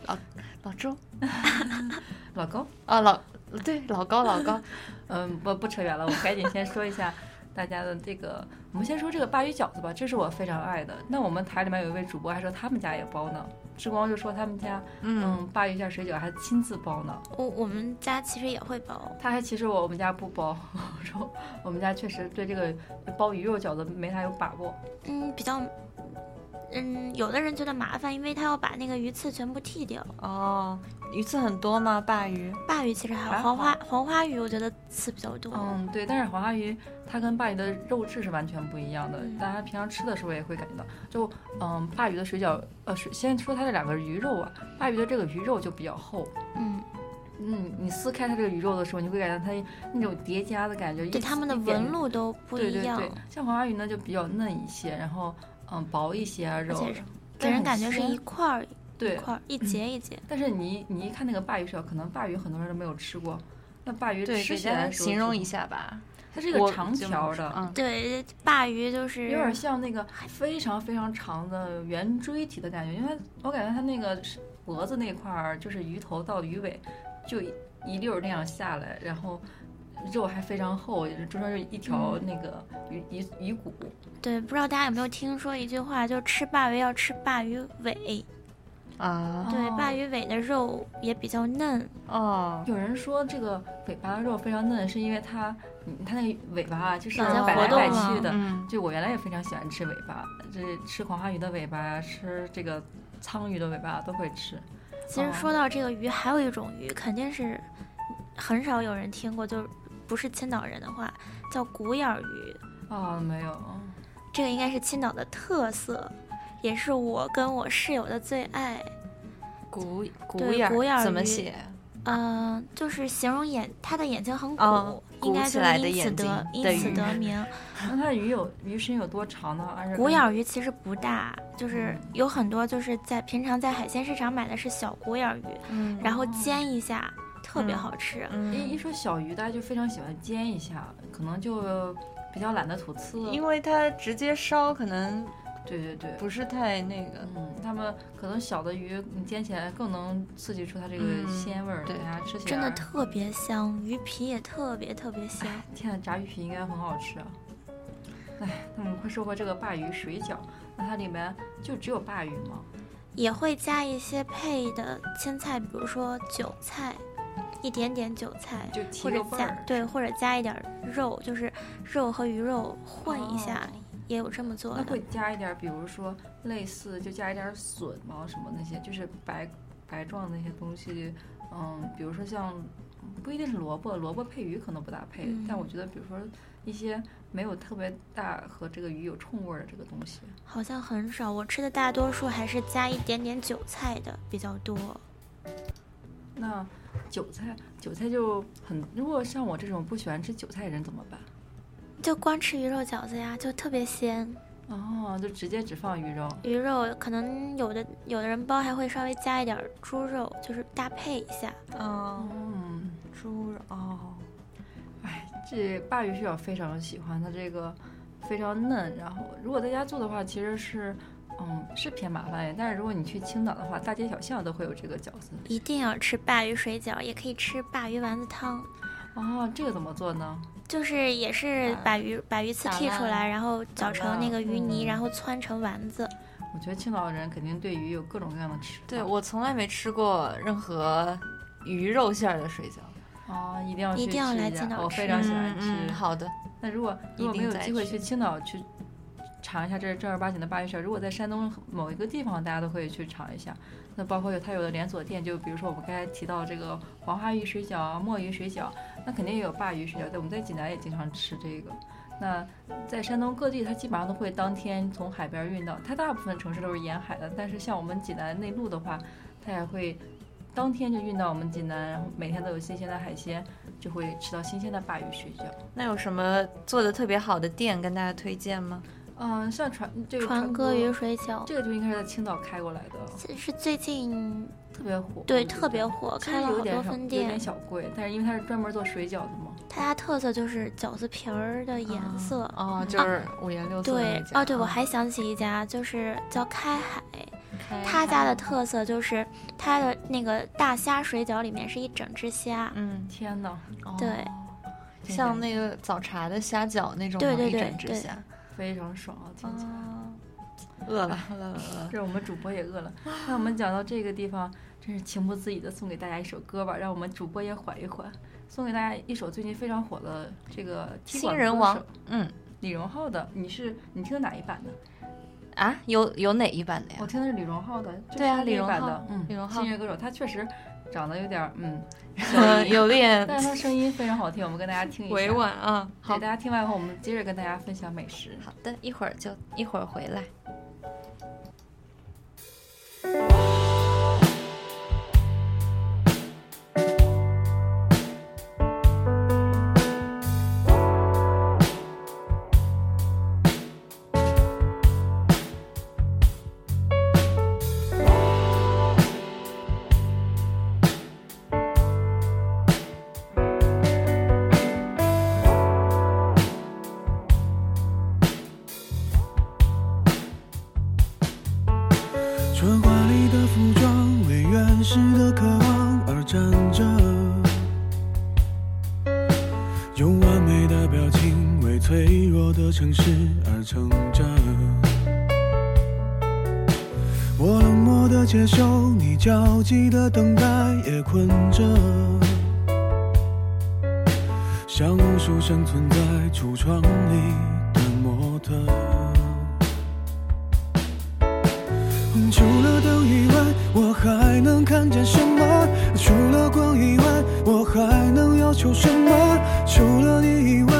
H: (laughs) 老老周，
J: (laughs) 老高
H: 啊，老对老高老高，
J: (laughs) 嗯，不不扯远了，我赶紧先说一下。大家的这个，我们先说这个鲅鱼饺子吧，这是我非常爱的。那我们台里面有一位主播还说他们家也包呢，志光就说他们家，嗯，鲅、嗯、鱼馅水饺还亲自包呢。
G: 我我们家其实也会包，
J: 他还歧视我，我们家不包。我说我们家确实对这个包鱼肉饺子没太有把握。
G: 嗯，比较，嗯，有的人觉得麻烦，因为他要把那个鱼刺全部剔掉。
H: 哦，鱼刺很多吗？鲅鱼？
G: 鲅鱼其实还有黄花黄花鱼，我觉得刺比较多。
J: 嗯，对，但是黄花鱼。它跟鲅鱼的肉质是完全不一样的，
G: 嗯
J: 大家平常吃的时候也会感觉到。就嗯，鲅鱼的水饺，呃，先说它这两个鱼肉啊，鲅鱼的这个鱼肉就比较厚，
G: 嗯
J: 嗯，你撕开它这个鱼肉的时候，你会感觉它那种叠加的感觉，
G: 对它们的纹路都不一
J: 样。对对对，像黄花鱼
H: 啊
J: 呢就比较嫩一些，然后嗯薄一些肉，
G: 给人感觉是一块儿
J: 对
G: 一块儿
H: 嗯
G: 一节一节。
J: 但是你你一看那个鲅鱼烧，可能鲅鱼很多人都没有吃过，那鲅鱼
H: 对
J: 吃
H: 给
J: 起
H: 大
J: 来
H: 家
J: 的时候
H: 形容
J: 是
H: 一下吧，
J: 它是一个
H: 我
J: 长
H: 经
J: 条
H: 不是
J: 的，
H: 嗯，
G: 对，鲅鱼就是
J: 有点像那个非常非常长的圆锥体的感觉，因为它我感觉它那个是脖子那块儿，就是鱼头到鱼尾，就一一溜儿那样下来，然后肉还非常厚，中间是一条
G: 嗯
J: 那个鱼、鱼鱼骨，
G: 对，不知道大家有没有听说一句话，就吃鲅鱼要吃鲅鱼尾。
H: 啊
G: 对，
J: 哦
G: 鲅鱼尾的肉也比较嫩。
H: 哦，
J: 有人说这个尾巴的肉非常嫩，是因为它，嗯它那个尾巴啊，就是
G: 老在
J: 摆
G: 活
J: 来
G: 动
J: 摆
G: 嘛
J: 去的。
H: 嗯
J: 就我原来也非常喜欢吃尾巴，就是吃黄花鱼的尾巴，吃这个鲳鱼的尾巴都会吃。
G: 其实
J: 哦
G: 说到这个鱼，还有一种鱼肯定是很少有人听过，就是不是青岛人的话，叫骨眼儿鱼。
J: 哦，没有，
G: 这个应该是青岛的特色，也是我跟我室友的最爱。
H: 骨骨
G: 对
H: 眼
G: 骨眼
H: 儿
G: 儿
H: 怎么
G: 鱼
H: 写？
G: 嗯、就是形容眼，它的眼睛很鼓，
H: 哦
G: 应
H: 鼓
G: 该
H: 起
G: 就
H: 来
G: 是
H: 的
G: 因此
H: 眼
G: 得
H: 睛
G: 因
H: 的
G: 此
H: 鱼
G: 得名。
J: 那它的鱼有鱼身有多长呢？而且
G: 骨眼
J: 跟
G: 儿鱼其实不大，就是
H: 嗯
G: 有很多就是在平常在海鲜市场买的是小骨眼儿鱼，
H: 嗯
G: 然后煎一下特别
J: 嗯
G: 好吃。啊
J: 一一说小鱼，大家就非常喜欢煎一下，可能就比较懒得吐刺。
H: 因为它直接烧可能
J: 对对对，
H: 不是太那个，
J: 嗯，他们可能小的鱼你煎起来更能刺激出它这个
H: 嗯
J: 鲜味儿，
H: 对
J: 大家吃起来
G: 真的
J: 儿
G: 特别香，鱼皮也特别特别香。
J: 天呐，炸鱼皮应该很好吃啊！哎，那我们快说回这个鲅鱼水饺，那它里面就只有鲅鱼吗？
G: 也会加一些配的青菜，比如说韭菜，一点点韭菜，
J: 就提
G: 或者
J: 个味
G: 加
J: 儿
G: 对，或者加一点肉，就是肉和鱼肉混一下，也有这么做
J: 哦那
M: 的
J: 会加一点儿，比如说类似就加一点儿笋吗？什么那些就是白白状的那些东西，嗯，比如说像不一定是萝卜，萝卜配鱼可能不搭配，但我
G: 嗯
J: 觉得比如说一些没有特别大和这个鱼有冲味儿的这个东西，
G: 好像很少。我吃的大多数还是加一点点韭菜的比较多。
J: 那韭菜韭菜就很，如果像我这种不喜欢吃韭菜的人怎么办？
G: 就光吃鱼肉饺子呀，就特别鲜。
J: 哦，就直接只放鱼肉。
G: 鱼肉可能有的有的人包还会稍微加一点儿猪肉，就是搭配一下。
H: 嗯，
J: 猪肉哦，哎，这鲅鱼是我非常喜欢，它这个非常嫩。然后如果在家做的话，其实是嗯是偏麻烦一点，但是如果你去青岛的话，大街小巷都会有这个饺子。
G: 一定要吃鲅鱼水饺，也可以吃鲅鱼丸子汤。
J: 哦，这个怎么做呢？
G: 就是也是把鱼把鱼刺
J: 打
G: 剔出
J: 烂
G: 来，然后
J: 打
G: 搅成那
J: 烂
G: 个鱼泥，
J: 嗯
G: 然后汆成丸子。
J: 我觉得青岛人肯定对鱼有各种各样的吃法。
H: 对我从来没吃过任何鱼肉馅儿的水饺，
J: 哦，一定要
G: 一
J: 去
G: 定要
J: 吃
G: 来
J: 一下
G: 青岛
J: 我非
G: 吃
J: 常喜欢吃。
H: 嗯嗯好的，
J: 那如果如果
H: 一定
J: 没有
H: 再
J: 机会
H: 去
J: 去青岛去尝一下这正儿八经的鲅鱼小吃，如果在山东某一个地方，大家都可以去尝一下。那包括有它有的连锁店，就比如说我们刚才提到这个黄花鱼水饺啊、墨鱼水饺，那肯定也有鲅鱼水饺。对，我们在济南也经常吃这个。那在山东各地，它基本上都会当天从海边运到。它大部分城市都是沿海的，但是像我们济南内陆的话，它也会当天就运到我们济南，然后每天都有新鲜的海鲜，就会吃到新鲜的鲅鱼水饺。
H: 那有什么嗯做的特别好的店跟大家推荐吗？
J: 嗯，像船这个
G: 川哥鱼水饺
J: 这个就应该是在青岛开过来的，
G: 这是最近
J: 特别火，
G: 对
J: 我觉得
G: 特别火
J: 其实
G: 开了
J: 有
G: 好
J: 点
G: 多
J: 少
G: 分
J: 有
G: 店
J: 点小贵，但是因为它是专门做水饺的嘛，
G: 它家特色就是饺子皮儿的颜色
H: 哦，
G: 嗯
H: 就
G: 啊
H: 是五颜六色的
G: 对
H: 那，家
G: 哦，对，我
H: 啊
G: 还想起一家，就是叫开海，
H: 开
G: 他家
H: 海
G: 的特色就是他的那个大虾水饺里面是一整只虾，
H: 嗯，
J: 天哪，
G: 对，
H: 像那个早茶的虾饺那种吗，
G: 对对对
H: 一整只
G: 对
H: 虾，
J: 非常爽啊，听
H: 嗯
J: 起来。
H: 饿了，饿了，饿了。
J: 这我们主播也饿了，那我们讲到这个地方，真是情不自已的送给大家一首歌吧，让我们主播也缓一缓，送给大家一首最近非常火的这个踢馆
H: 新人
J: 歌
H: 王
J: 手，
H: 嗯
J: 李荣浩的，你是你听的哪一版的？
H: 啊，有有哪一版的呀？
J: 我听的是李荣浩的，就
H: (laughs)
J: 是
H: 对啊
J: 他
H: 李
J: 那
H: 荣
J: 版
H: 浩
J: 的，嗯，
H: 李荣浩，
J: 新人歌手，他确实长得有点儿，嗯
H: (laughs) 有点
J: 但是他声音非常好听，我们跟大家听一下，
H: 委婉啊。
J: 好，大家听完以后，我们接着跟大家分享美食。
H: 好的，一会儿就一会儿回来。
E: 啊。穿华丽的服装，为原始的渴望而站着，用完美的表情为脆弱的城市而撑着。我冷漠的接受，你焦急的等待也困着，像无数生存在橱窗里的模特。嗯除了灯以外，我还能看见什么？除了光以外，我还能要求什么？除了你以外，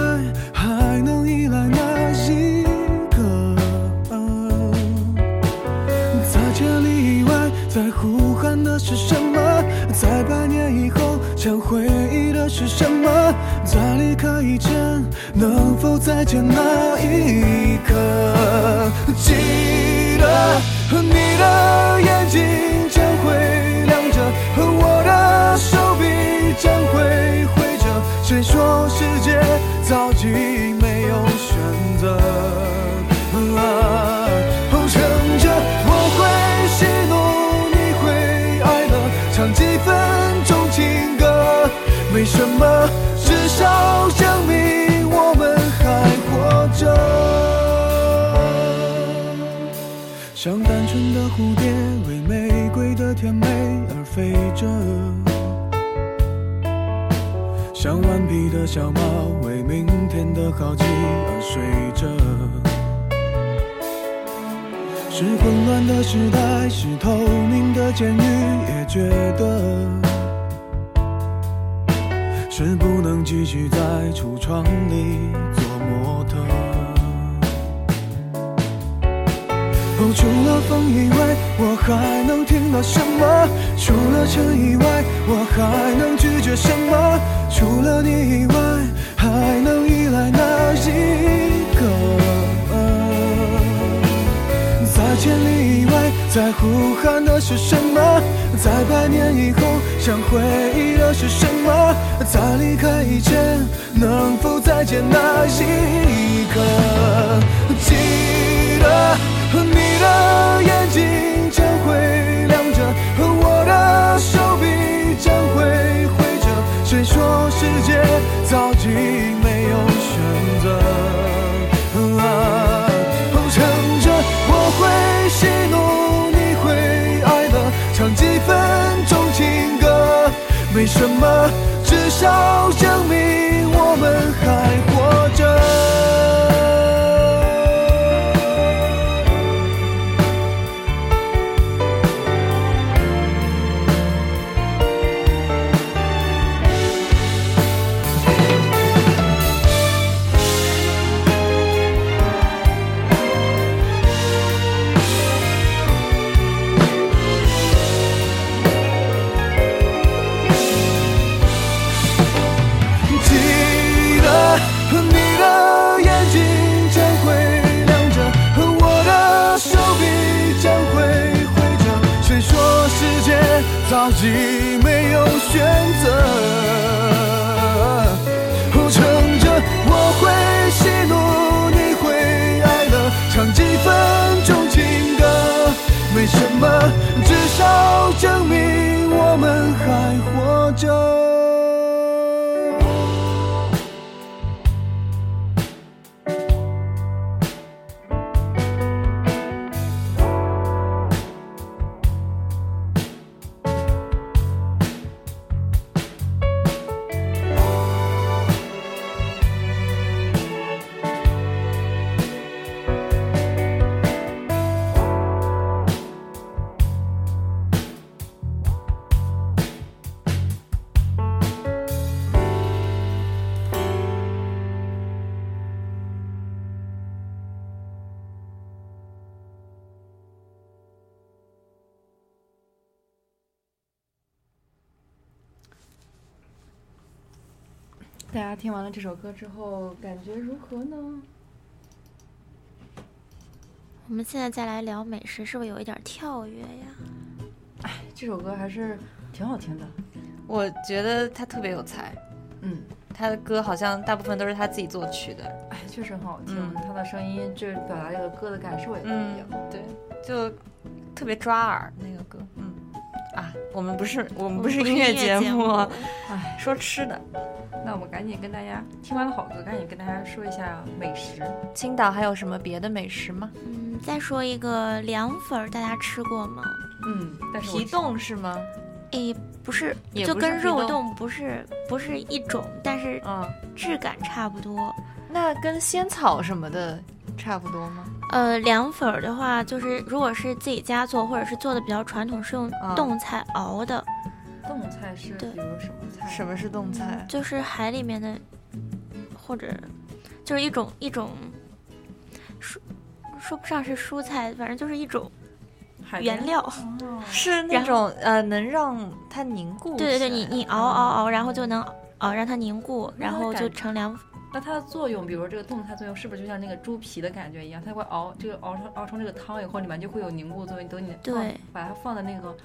E: 还能依赖哪一个？在千里以外，在呼喊的是什么？在百年以后，想回忆的是什么？在离开以前，能否再见那一刻？记得你的眼睛将会亮着，我的手臂将会挥着。谁说世界早已没有选择？嗯啊哦，撑着，我会嗯喜怒，你会哀乐，唱几分钟情歌，没什么，至少证明我们还活着。像单纯的蝴蝶，为玫瑰的甜美而飞着。像顽皮的小猫，为明天的好奇而睡着。是混乱的时代，是透明的监狱，也觉得是不能继续在橱窗里做模特。哦，除了风以外，我还能听到什么？除了尘以外，我还能拒绝什么？除了你以外，还能依赖哪一个？在千里以外，在呼喊的是什么？在百年以后，想回忆的是什么？在离开以前，能否再见那一刻？记得你的眼睛将会亮着，我的手臂将会挥着。谁说世界早已没有选择？啊，哦，撑着，我会喜怒，你会哀乐，唱几分钟情歌，没什么，至少证明我们还活着。记得你的眼睛将会亮着，我的手臂将会挥着。谁说世界早已没有选择？哦，撑着，我会喜怒，你会哀乐，唱几分钟情歌，没什么，至少证明我们还活着。
J: 大家听完了这首歌之后，感觉如何呢？
G: 我们现在再来聊美食，是不是有一点跳跃呀？
J: 这首歌还是挺好听的。
H: 我觉得他特别有才，
J: 嗯，
H: 他的歌好像大部分都是他自己作曲的，
J: 哎，确实很好听，
H: 嗯
J: 他的声音就是表达这个歌的感受也不一样。
H: 对，就特别抓耳那个歌，嗯，啊，我们不是我们不是
J: 我们不是
H: 音乐
J: 音乐
H: 节
J: 节
H: 目
J: 目
H: 啊，
J: 哎，
H: 说吃的，
J: 那我们赶紧跟大家听完了好歌，赶紧跟大家说一下美食。
H: 青岛还有什么别的美食吗？
G: 嗯，再说一个凉粉儿，大家吃过吗？
J: 嗯，但
H: 皮冻是吗？
G: 诶，不是，
H: 也
G: 就
H: 不是
G: 跟
H: 皮
G: 肉
H: 冻
G: 冻不是不是一种，但是质感差不多。
H: 嗯那跟仙草什么的差不多吗？
G: 呃，凉粉儿的话，就是如果是自己家做，或者是做的比较传统，是用冻菜熬的。
J: 啊冻菜是比如什么菜？
H: 什么是冻
J: 哎嗯
H: 菜？
G: 嗯就是海里面的，或者就是一种一种说说不上是蔬菜，反正就是一种
H: 海
G: 原
H: 边
G: 料，
H: 是那
G: 然后
H: 种呃能让它凝固起来。
G: 对对对，你哦你熬
J: 哦
G: 熬熬，然后就能呃让它凝固，然后就成凉粉。
J: 那它的作用，比如说这个冻菜作用，是不是就像那个猪皮的感觉一样？它会熬这个熬成熬成这个汤以后，里面就会有凝固作用。等你放
G: 对
J: 把它放在那个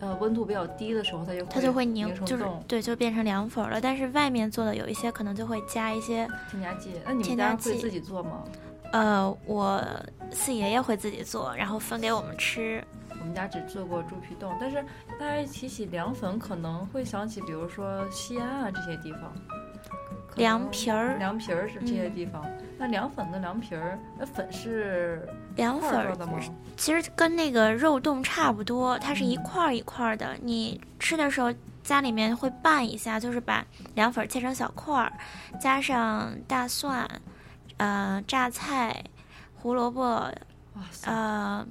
J: 呃温度比较低的时候，它就
G: 它就会
J: 凝
G: 凝，
J: 成
G: 就是
J: 冻。
G: 对，就变成凉粉儿了。但是外面做的有一些可能就会加一些
J: 添加剂，那你们
G: 添
J: 家
G: 加
J: 会
G: 剂
J: 自己做吗？
G: 呃，我四爷爷会自己做，然后分给我们吃。
J: 我们家只做过猪皮冻，但是大家一提起凉粉，可能会想起，比如说西安啊这些地方，可能
G: 凉皮儿
J: 凉皮儿是这些
G: 嗯
J: 地方。那凉粉跟凉皮儿，那粉是
G: 凉
J: 块
G: 粉
J: 儿
G: 儿
J: 做的吗？
G: 其实跟那个肉冻差不多，它是一块儿一块儿的。你吃的时候，家里面会拌一下，就是把凉粉切成小块儿，加上大蒜，呃，榨菜、胡萝卜，呃，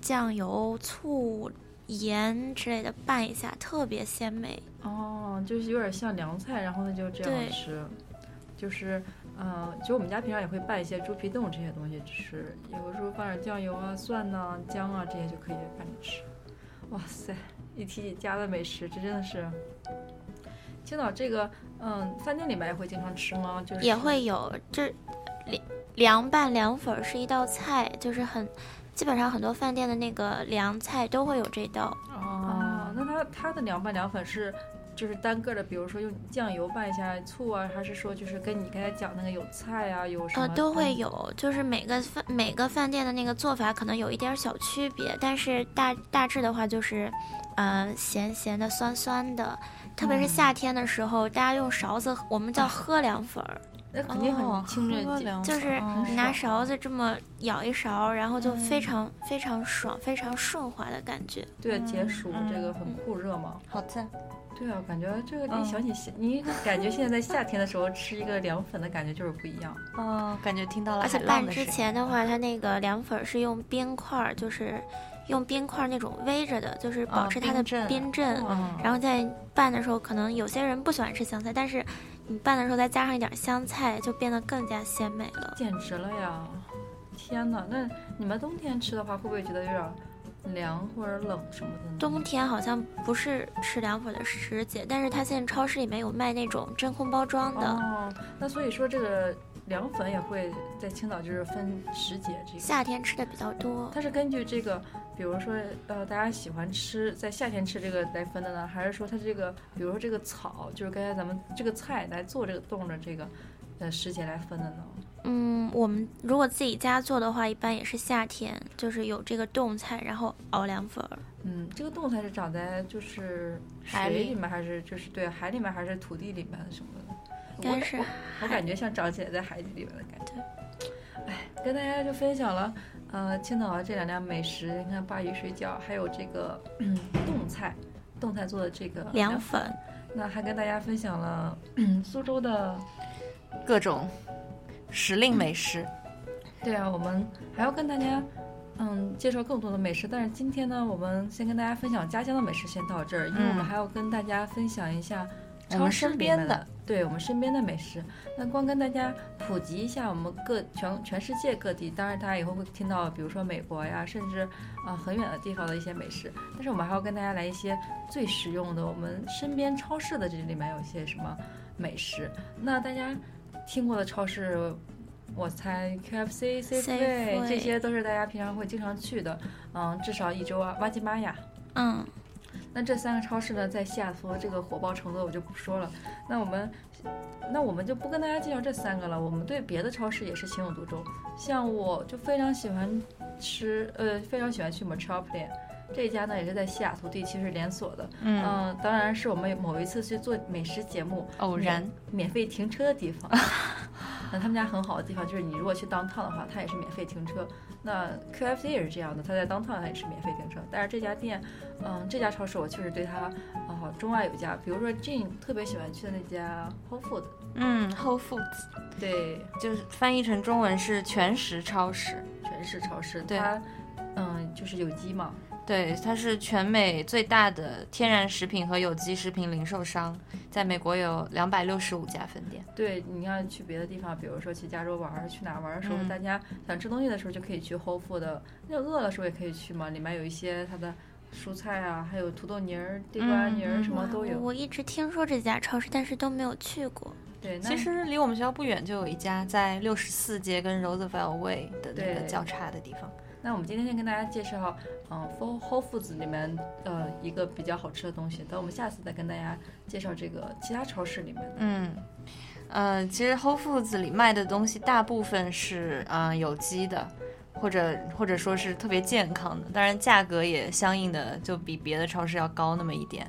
G: 酱油、醋、盐之类的拌一下，特别鲜美。
J: 哦，就是有点像凉菜，然后呢就这
G: 对
J: 样吃，就是呃，就我们家平常也会拌一些猪皮冻这些东西吃，有时候放点酱油啊、蒜呐、姜啊这些就可以拌着吃。哇塞，一提起家的美食，这真的是。青岛这个，嗯，饭店里面也会经常吃吗？就是
G: 也会有，这凉凉拌凉粉儿是一道菜，就是很基本上很多饭店的那个凉菜都会有这道。
J: 哦，那它它的凉拌凉粉是就是单个的，比如说用酱油拌一下醋啊，还是说就是跟你刚才讲那个有菜啊，有什么、
G: 呃，都会有，就是每个饭每个饭店的那个做法可能有一点儿小区别，但是大大致的话就是，呃，咸咸的、酸酸的，特
J: 嗯
G: 别是夏天的时候，大家用勺子，我们
J: 啊
G: 叫喝凉粉儿。
J: 那肯定很清
H: 热喝剂凉
G: 哦就
H: 粉
G: 是
H: 哦
G: 你拿勺子这么舀一勺，然后就
J: 嗯
G: 非常非常爽、非常顺滑的感觉。
J: 对
G: 嗯
J: 解暑这个很酷热嘛。
H: 好赞。
J: 对啊，感觉这个
H: 嗯
J: 一想起夏，你感觉现在在夏天的时候吃一个凉粉的感觉就是不一样。
H: 哦，感觉听到了
G: 而且
H: 海浪
G: 拌
H: 的
G: 之
H: 声音
G: 前的话，它那个凉粉儿是用冰块儿，就是用冰块儿那种围着的，就是保
J: 啊
H: 哦
G: 持它的
H: 冰镇
G: 冰镇。
H: 哦
G: 然后在拌的时候，可能有些人不喜欢吃香菜，但是你拌的时候再加上一点香菜，就变得更加鲜美了。
J: 简直了呀！天哪，那你们冬天吃的话，会不会觉得有点凉或者冷什么的呢？
G: 冬天好像不是吃凉粉的时节，但是它现在超市里面有卖那种真空包装的。
J: 哦，那所以说这个凉粉也会在青岛就是分时节，这个
G: 夏天吃的比较多。
J: 它是根据这个，比如说呃，大家喜欢吃在夏天吃这个来分的呢，还是说它这个，比如说这个草，就是刚才咱们这个菜来做这个冻的这个呃时节来分的呢？
G: 嗯，我们如果自己家做的话，一般也是夏天，就是有这个冻菜，然
J: 哦
G: 后哦熬凉粉儿。
J: 嗯，这个冻它是长在就是
G: 海
J: 水
G: 里
J: 里面，还是就是对海里面，还是土地里面什么的？
G: 应该
J: 我
G: 是
J: 我我感觉像长起来在海底里面的感觉。哎，跟大家就分享了，呃，青岛这两样美食，你看鲅鱼水饺，还有这个嗯冻菜，冻菜做的这个
G: 凉粉。
J: 那还跟大家分享了嗯苏州的
H: 各种时令美食。
J: 对啊，我们还要跟大家嗯介绍更多的美食，但是今天呢，我们先跟大家分享家乡的美食，先到这儿，因为我
H: 嗯
J: 们还要跟大家分享一下
H: 我
J: 超
H: 们
J: 市
H: 身
J: 里
H: 边
J: 面
H: 的，
J: 对我们身边的美食。那光跟大家普及一下我们各全全世界各地，当然大家以后会听到，比如说美国呀，甚至啊、很远的地方的一些美食，但是我们还要跟大家来一些最实用的，我们身边超市的这里面有一些什么美食。那大家听过的超市我猜 KFC、Safeway
G: Safeway
J: 这些都是大家平常会经常去的，嗯，至少一周啊，哇吉玛雅。
G: 嗯，
J: 那这三个超市呢，在西雅图这个火爆程度我就不说了。那我们，那我们就不跟大家介绍这三个了。我们对别的超市也是情有独钟，像我就非常喜欢吃，呃，非常喜欢去 m e t r o p o l i t 这家呢也是在西雅图地区是连锁的，
H: 嗯
J: 呃当然是我们某一次去做美食节目
H: 偶然
J: 免免费停车的地方。那他们家很好的地方就是你如果去 downtown 的话，它也是免费停车。那 QFC 也是这样的，它在 downtown 它也是免费停车。但是这家店，嗯，这家超市我确实对它啊、钟爱有加。比如说 Jane 特别喜欢去的那家 Whole Food，
H: 嗯，Whole Foods，
J: 对，
H: 就是翻译成中文是全食超市，
J: 全食超市，
H: 对，
J: 它嗯，就是有机嘛，
H: 对，它是全美最大的天然食品和有机食品零售商，在美国有两百六十五家分店。
J: 对，你要去别的地方，比如说去加州玩儿，去哪儿玩儿的时候，
H: 嗯
J: 大家想吃东西的时候就可以去 Whole Food 的，那饿了时候也可以去嘛，里面有一些它的蔬菜啊，还有土豆泥儿、地瓜泥
H: 嗯
J: 儿什么都有。
G: 嗯我一直听说这家超市，但是都没有去过。
J: 对，那
H: 其实离我们学校不远就有一家，在六十四街跟 Roosevelt Way 的那个
J: 对
H: 交叉的地方。
J: 那我们今天先跟大家介绍，嗯、呃、，Whole Foods 里面呃一个比较好吃的东西，等我们下次再跟大家介绍这个其他超市里面的。
H: 嗯，呃，其实 Whole Foods 里卖的东西大部分是啊、呃有机的，或者或者说是特别健康的，当然价格也相应的就比别的超市要高那么一点。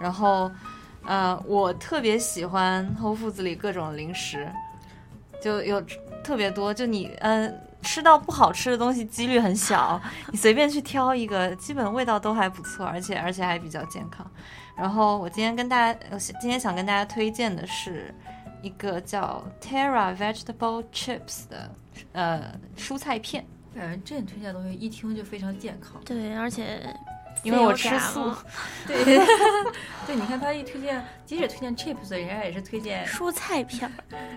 H: 然后，呃，我特别喜欢 Whole Foods 里各种零食，就有特别多，就你嗯。吃到不好吃的东西几率很小，你随便去挑一个，基本味道都还不错，而且而且还比较健康。然后我今天跟大家，呃今天想跟大家推荐的是一个叫 Terra Vegetable Chips 的呃蔬菜片，
J: 感觉这你推荐的东西一听就非常健康。
G: 对，而且
H: 因为我吃
J: 啊
H: (laughs) 素。
G: (laughs)
J: 对，对，你看他一推荐，即使推荐 chips，人家也是推荐
G: 蔬菜片。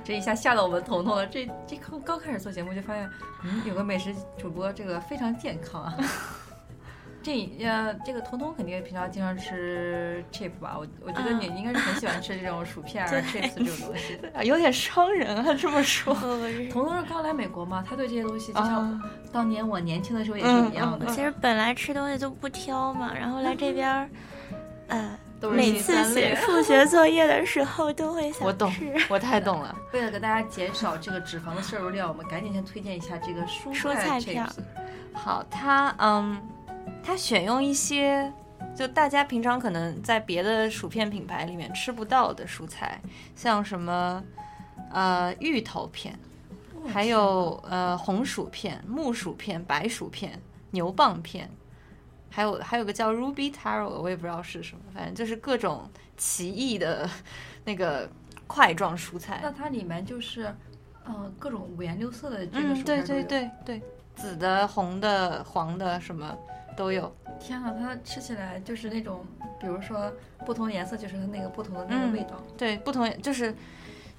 J: 这一下吓到我们彤彤了。这这刚刚开始做节目就发现，嗯，有个美食主播这个非常健康啊。这呃，这个彤彤肯定平常经常吃 chip 吧？我我觉得你
H: 嗯
J: 应该是很喜欢吃这种薯
H: (laughs)
J: 片啊、chips 这种东西。
H: 有点伤人啊，这么说。啊
J: 彤彤是哎刚来美国嘛，他对这些东西就像当年我年轻的时候也
G: 嗯
J: 是一样的。
G: 其实本来吃东西就不挑嘛，然后来这边儿，呃，
J: 都是
G: 每
J: 一
G: 次
J: 三
G: 写
J: 类
G: 数学作业的时候都会想
H: 我懂
G: 吃，
H: 我太懂了。
J: 为了给大家减少这个脂肪的摄入量，我们赶紧先推荐一下这个蔬
G: 蔬菜片
J: chips。
H: (laughs) 好，它嗯，它选用一些就大家平常可能在别的薯片品牌里面吃不到的蔬菜，像什么呃芋头片，
J: 哦
H: 还有呃红薯片、木薯片、白薯片、牛蒡片，还有还有个叫 Ruby Taro，我也不知道是什么，反正就是各种奇异的那个块状蔬菜。
J: 那它里面就是，呃，各种五颜六色的这个
H: 嗯
J: 蔬菜、，
H: 对对对。对，紫的、红的、黄的什么都有。
J: 天呐，它吃起来就是那种，比如说不同颜色，就是它那个不同的那个
H: 嗯
J: 味道。
H: 对，不同就是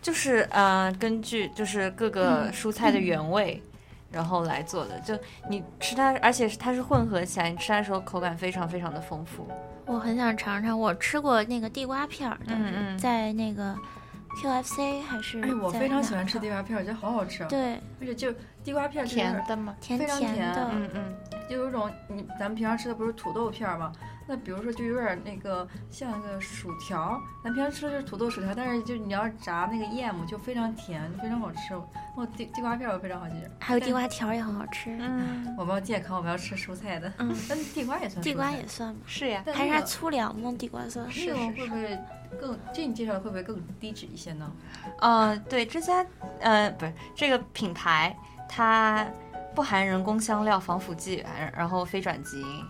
H: 就是呃，根据就是各个
J: 嗯
H: 蔬菜的原味，然后来做的。就你吃它，而且是它是混合起来，你吃它的时候口感非常非常的丰富。
G: 我很想尝尝。我吃过那个地瓜片儿的，
H: 嗯嗯
G: 在那个 QFC 还是
J: 哎，我
G: 在
J: 非常
G: 哪
J: 喜欢吃地瓜片，我觉得好好吃啊。
G: 对，
J: 而且就地瓜片就是
H: 甜的吗
G: 甜
J: 非常
G: 甜的
H: 嗯嗯，
J: 就有一种你咱们平常吃的不是土豆片儿吗？那比如说就有点那个像那个薯条，咱平常吃的就是土豆薯条，但是就你要炸那个燕母就非常甜，就非常好吃。我地地瓜片我非常好吃，
G: 还有地
J: 但
G: 瓜条儿也很好吃。
H: 嗯，
J: (laughs) 我们要健康，我们要吃蔬菜的。
G: 嗯，
J: 但地瓜也算蔬菜。
G: 地瓜也算吧，
H: 是呀
J: 但
G: 还是
J: 那
G: 它
J: 个
G: 粗粮吗？地瓜算
J: 那种会不会更？这你介绍的会不会更低脂一些呢？
H: 呃，对，这家呃不是这个品牌，它不含人工香料、防腐剂，然然后非转基因。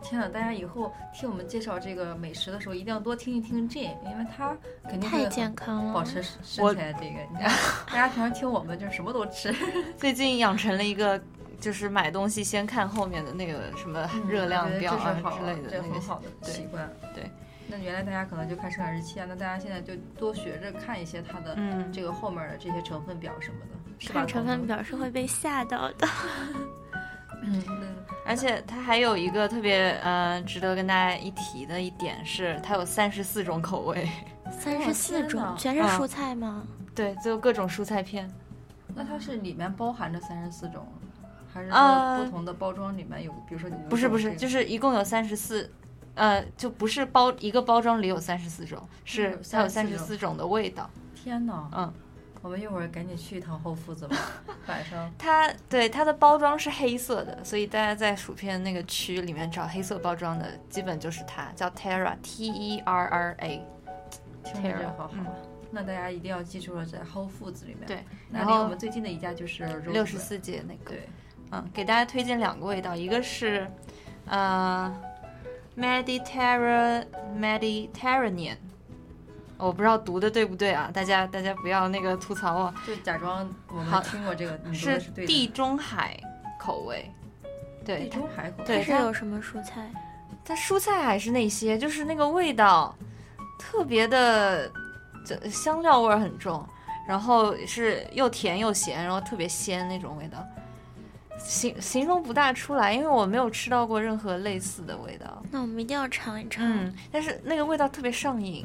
J: 天呐，大家以后听我们介绍这个美食的时候，一定要多听一听 J，因为他肯定会
G: 太
J: 很
G: 健康了
J: 保持
H: 我
J: 身材这个。你看，大家平常听我们就是什么都吃， (laughs)
H: 最近养成了一个。就是买东西先看后面的那个什么热量
J: 嗯我觉得
H: 表
J: 这是
H: 啊
J: 好
H: 之类的
J: 这
H: 那个
J: 很好的
H: 对
J: 习惯。
H: 对，
J: 那原来大家可能就看生产日期啊，那大家现在就多学着看一些它的
H: 嗯
J: 这个后面的这些成分表什么的，是吧？
G: 看成分表是会被吓到的。
J: 嗯，
H: 而且它还有一个特别呃值得跟大家一提的一点是，它有三十四种口味，
G: 三十四
J: 天
G: 种
J: 哪
G: 全是
H: 嗯
G: 蔬菜吗？
H: 对，就各种蔬菜片。
J: 那它是里面包含着三十四种，还是
H: 呃
J: 说不同的包装里面有，比如说
H: 不是不是，就是一共有三十四，呃，就不是
J: 嗯
H: 包一个包装里有三十四种，是它有三十
J: 34
H: 四种的味道。
J: 天哪，
H: 嗯，
G: 我们一会儿赶紧去一趟后夫子吧，晚上。
H: 它对它的包装是黑色的，所以大家在薯片那个区里面找黑色包装的，基本就是它，叫 Terra T E R R A。
G: (laughs) 听着就好好。那大家一定要记住了，在 Whole Foods 里面。
H: 对，
G: 那
H: 然
G: 离
H: 后
G: 我们最近的一家就是
H: 六十四街那个。
G: 对，
H: 嗯，给大家推荐两个味道，一个是呃 Mediterra Mediterranean，我不知道读的对不对啊，大家大家不要那个吐槽我，
G: 就假装我
H: 好
G: 们听过这个，你读
H: 是
G: 的对的。
H: 地中海口味，对，
G: 地
H: 它
G: 中海口味
H: 对，
G: 它是有什
H: 么蔬菜？它蔬菜还是那些，就是那个味道特别的，这香料味儿很重，然后是又甜又咸，然后特别鲜那种味道，形形容不大出来，因为我没有吃到过任何类似的味道。
J: 那我们一定要尝一尝。
H: 嗯，但是那个味道特别上瘾。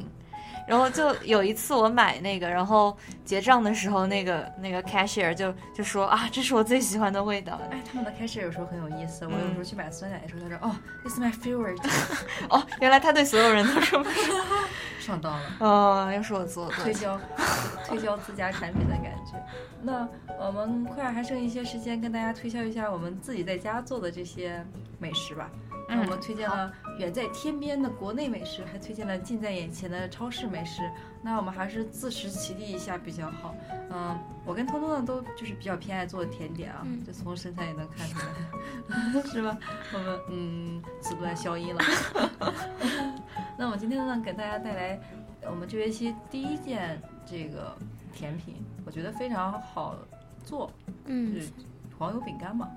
H: 然后就有一次我买那个，然后结账的时候，那个那个 cashier 就就说啊，这是我最喜欢的味道。
G: 哎，他们的开始有时候很有意思。我
H: 嗯
G: 有时候去买酸奶的时候，他说：“哦，it's my (laughs) favorite。
H: 哦，原来他对所有人都这么说。”
G: 上当了。
H: 哦，又是我做的。
G: 推销推销自家产品的感觉。那我们快还剩一些时间，跟大家推销一下我们自己在家做的这些美食吧。那我们推荐了远在天边的国内美食，还推荐了近在眼前的超市美食。那我们还是自食其力一下比较好。嗯、我跟通通呢都就是比较偏爱做甜点啊，
J: 嗯
G: 就从身材也能看出来，是吧？我们嗯，此段消音了。 (laughs) 那我今天呢，给大家带来呃我们这学期第一件这个甜品，我觉得非常好做，
J: 嗯
G: 就是黄油饼干嘛，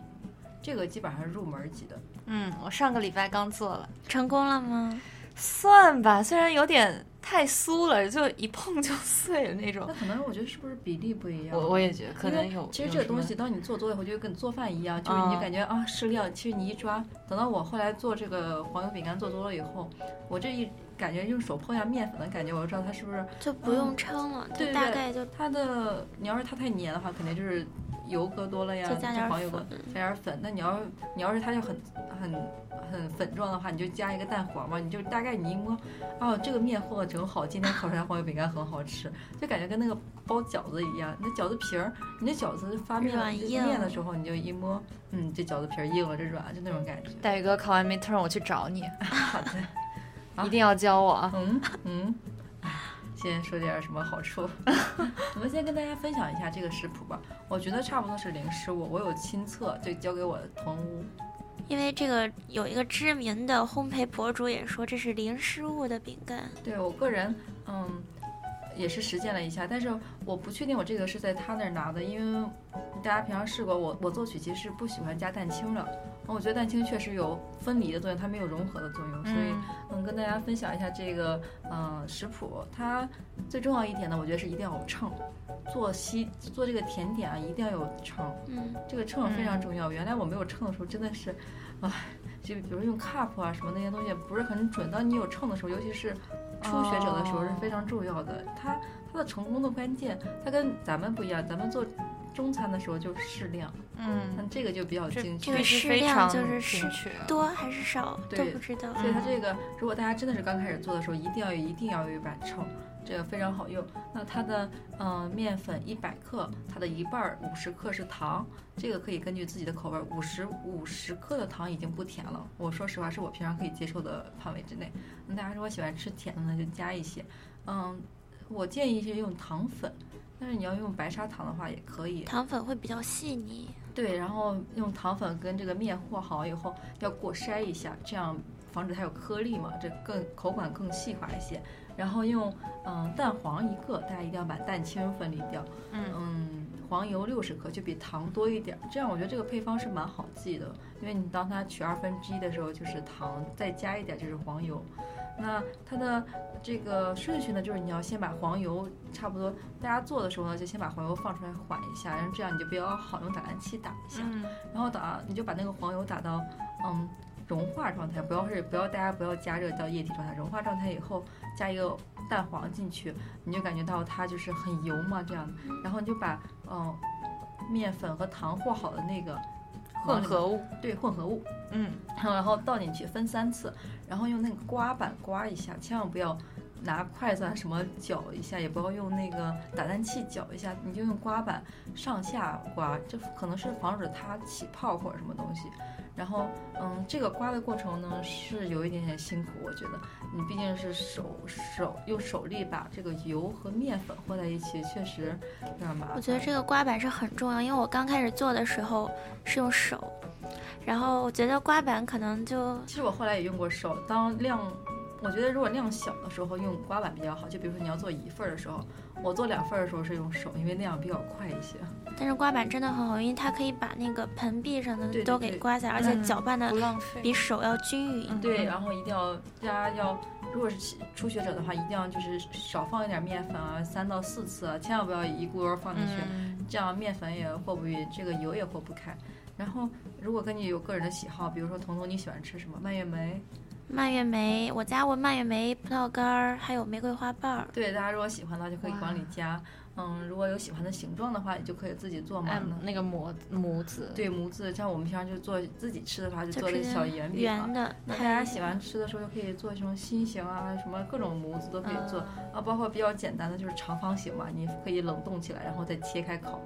G: 这个基本上是入门级的。
H: 嗯，我上个礼拜刚做了，
J: 成功了吗？
H: 算吧，虽然有点太酥了，就一碰就碎了那种
G: 那。可能我觉得是不是比例不一样？
H: 我我也觉得可能
G: 因为
H: 有
G: 其实
H: 有
G: 这个
H: 什
G: 东
H: 么
G: 西，当你做多了以后，就跟做饭一样，就是你就
H: 嗯
G: 感觉、啊适量。其实你一抓，等到我后来做这个黄油饼干做多了以后，我这一感觉用手碰一下面粉的感觉，我就知道它是不是
J: 就不用称了，
G: 对
J: 就
G: 对
J: 大
G: 对
J: 概就
G: 它的，你要是它太黏的话，肯定就是油搁多了呀，
J: 再加点儿
G: 黄油搁
J: 粉
G: 加点儿粉。那你要你要是它就很很很粉状的话，你就加一个蛋黄嘛，你就大概你一摸，哦，这个面和的正好，今天烤出来黄油饼干很好吃，就感觉跟那个包饺子一样。你的饺子皮儿，你的饺子发面
J: 软
G: 就是
J: 硬
G: 面的时候，你就一摸，嗯，这饺子皮儿硬了，这软了，就那种感觉。
H: 大宇哥考完 midterm 我去找你， (laughs)
G: 好的，
H: 一定要教我啊。
G: 嗯嗯，先说点儿什么好处？我们先跟大家分享一下这个食谱吧。我觉得差不多是零失误，我有亲测，就交给我同屋。
J: 因为这个有一个知名的烘焙博主也说这是零失误的饼干，
G: 对我个人，嗯，也是实践了一下，但是我不确定我这个是在他那儿拿的，因为大家平常试过，我我做曲奇是不喜欢加蛋清的，嗯我觉得蛋清确实有分离的作用，它没有融合的作用，所以
H: 嗯
G: 嗯，跟大家分享一下这个呃食谱，它最重要一点呢，我觉得是一定要有秤。做西做这个甜点啊，一定要有秤。
J: 嗯，
G: 这个秤非常重要。原来我没有秤的时候，真的是，唉，就比如用 cup 啊什么那些东西不是很准。当你有秤的时候，尤其是初学者的时候
H: 哦
G: 是非常重要的。它它的成功的关键，它跟咱们不一样，咱们做中餐的时候就适量，
H: 嗯，
G: 那这个就比较精确。
J: 这个适量就是适多还是少都
G: 对
J: 不知道。
G: 所以它这个，如果大家真的是刚开始做的时候，一定要有一定要有一把秤，这个非常好用。那它的呃面粉一百克，它的一半儿五十克是糖，这个可以根据自己的口味儿，五十五十克的糖已经不甜了。我说实话，是我平常可以接受的范围之内。那大家如果喜欢吃甜的呢，就加一些。嗯，我建议是用糖粉，但是你要用白砂糖的话也可以。
J: 糖粉会比较细腻，
G: 对，然后用糖粉跟这个面和好以后，要过筛一下，这样防止它有颗粒嘛，这更口感更细滑一些。然后用嗯、呃蛋黄一个，大家一定要把蛋清分离掉。
H: 嗯
G: 黄油六十克，就比糖多一点儿。这样我觉得这个配方是蛮好记的，因为你当它取二分之一的时候，就是糖，再加一点就是黄油。那它的这个顺序呢，就是你要先把黄油差不多，大家做的时候呢，就先把黄油放出来缓一下，然后这样你就比较好用打蛋器打一下，
H: 嗯
G: 然后打你就把那个黄油打到嗯融化状态，不要是不要大家不要加热到液体状态，融化状态以后加一个蛋黄进去，你就感觉到它就是很油嘛这样，然后你就把嗯面粉和糖和好的那个
H: 混合物，
G: 对混合物，
H: 嗯，
G: 然后倒进去分三次，然后用那个刮板刮一下，千万不要拿筷子啊什么搅一下，也不要用那个打蛋器搅一下，你就用刮板上下刮，这可能是防止它起泡或者什么东西。然后，嗯，这个刮的过程呢是有一点点辛苦，我觉得你毕竟是手手用手力把这个油和面粉和在一起，确实有点麻烦。
E: 我觉得这个刮板是很重要，因为我刚开始做的时候是用手，然后我觉得刮板可能就……
G: 其实我后来也用过手，当量，我觉得如果量小的时候用刮板比较好。就比如说你要做一份儿的时候，我做两份儿的时候是用手，因为那样比较快一些。
E: 但是刮板真的很好，因为它可以把那个盆壁上的
G: 对对
E: 都给刮下来，而且
G: 嗯
E: 搅拌的
G: 不浪费嗯
E: 比手要均匀。
H: 嗯
G: 对，然后一定要大家要，如果是初学者的话，一定要就是少放一点面粉啊，三到四次啊，千万不要一锅放
H: 嗯
G: 进去，
E: 嗯
G: 这样面粉也和不匀，这个油也和不开。然后，如果根据有个人的喜好，比如说彤彤你喜欢吃什么，蔓越莓，
E: 蔓越莓，我加过蔓越莓、葡萄干儿，还有玫瑰花瓣儿。
G: 对大家如果喜欢的话就可以往里加。嗯，如果有喜欢的形状的话，也就可以自己做嘛
H: 按。那个模模子，
G: 对模子，像我们平常就做自己吃的话，就
E: 嗯就
G: 做那
E: 直接
G: 小圆饼嘛
E: 圆的
G: 那大
E: 拍
G: 家
E: 一
G: 喜
E: 下
G: 欢吃的时候就可以做什么心形啊，什么各种模子都可以做
H: 嗯
G: 啊，包括比较简单的就是长方形嘛，你可以冷冻起来，然后再切开烤。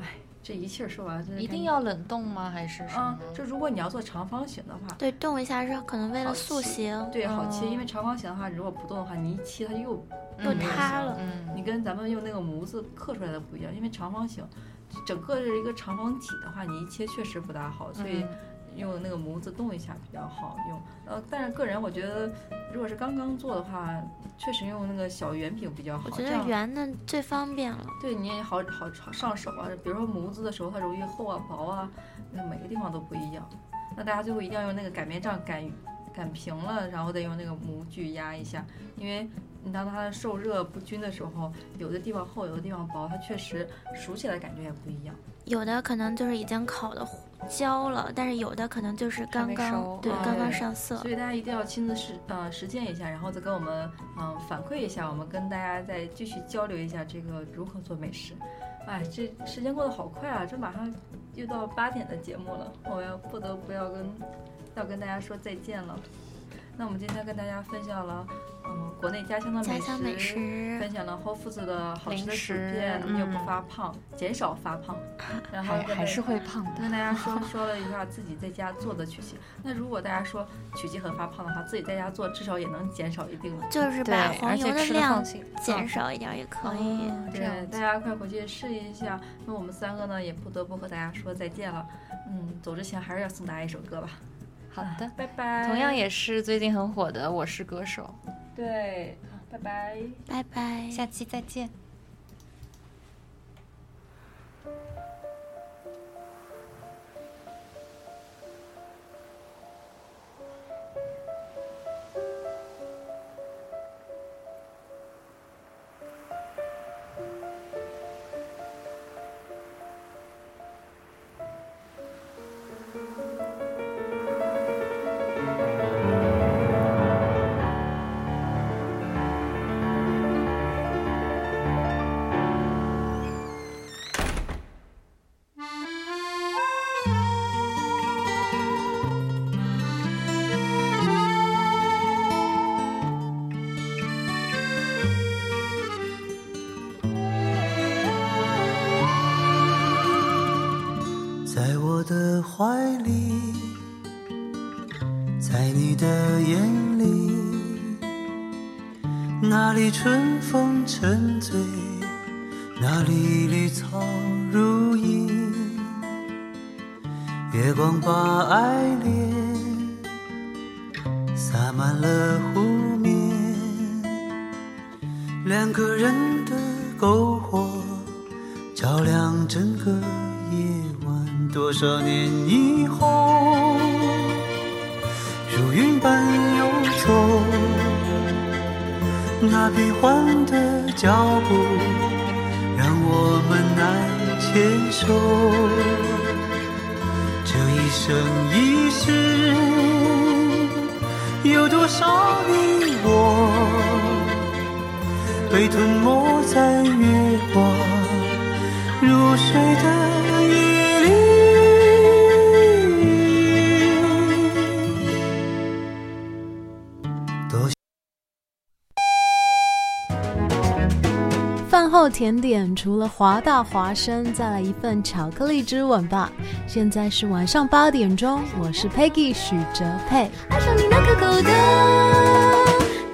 G: 哎，这一气儿说完，真是
H: 一
G: 感
H: 定
G: 觉
H: 要冷冻吗？还是什
G: 啊
H: 么？，
G: 就如果你要做长方形的话，
E: 对，冻一下是可能为了塑形。
G: 对，好切，
E: 嗯
G: 因为长方形的话，如果不动的话，你一切它又
E: 又塌了
G: 嗯，你跟咱们用那个模子刻出来的不一样，因为长方形整个是一个长方体的话，你一切确实不大好，所以
H: 嗯
G: 用那个模子动一下比较好用。呃，但是个人我觉得，如果是刚刚做的话，确实用那个小圆饼比较好。
E: 我觉
G: 这
E: 得
G: 样
E: 圆的最方便了。
G: 对你也好好好上手啊，比如说模子的时候，它容易厚啊、薄啊，那每个地方都不一样。那大家最后一定要用那个擀面杖擀擀平了，然后再用那个模具压一下，因为你当它受热不均的时候，有的地方厚，有的地方薄，它确实熟起来感觉也不一样。
E: 有的可能就是已经烤的焦了，但是有的可能就是刚刚
G: 啊
E: 对刚刚上色。
G: 所以大家一定要亲自实呃实践一下，然后再跟我们嗯、呃反馈一下，我们跟大家再继续交流一下这个如何做美食。哎，这时间过得好快啊，这马上又到八点的节目了，我要不得不要跟要跟大家说再见了。那我们今天跟大家分享了，嗯，国内家乡的
E: 家
G: 美
E: 乡
G: 食，
E: 美食
G: 分享了厚父子的好吃的
H: 零
G: 薯
H: 食
G: 片，又不
H: 嗯
G: 发胖，减少发胖，然后
H: 还
G: 跟大
H: 还
G: 家
H: 是会胖的
G: 跟大家
E: (laughs)
G: 说说了一下自己在家做的曲奇。那如果大家说曲奇很发胖的话，自己在家做至少也能减少一定的，
E: 就是把黄油的量减
G: 嗯
E: 少一点也可以。
G: 对，大家快回去试一下。那我们三个呢，也不得不和大家说再见了。嗯，走之前还是要送大家一首歌吧。
H: 好的，
G: 拜拜。
H: 同样也是最近很火的《我是歌手》，
G: 对，拜拜。
E: 拜拜，
H: 下期再见。
J: 在我的怀里，在你的眼里，哪里春风沉醉，哪里绿草如茵。月光把爱恋洒满了湖面，两个人的篝火照亮整个夜晚。多少年以后，如云般游走，那变幻的脚步让我们难牵手。这一生一世，有多少你我被吞没在月光。入睡的夜里。多
U: 后甜点除了华大华生，再来一份巧克力之吻吧。现在是晚上八点钟，我是 Peggy 许哲佩。
V: 爱上你那可口的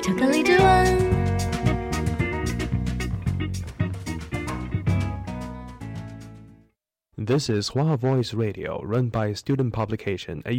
V: 巧克力之吻。
A: This is Hua Voice Radio, run by a student publication at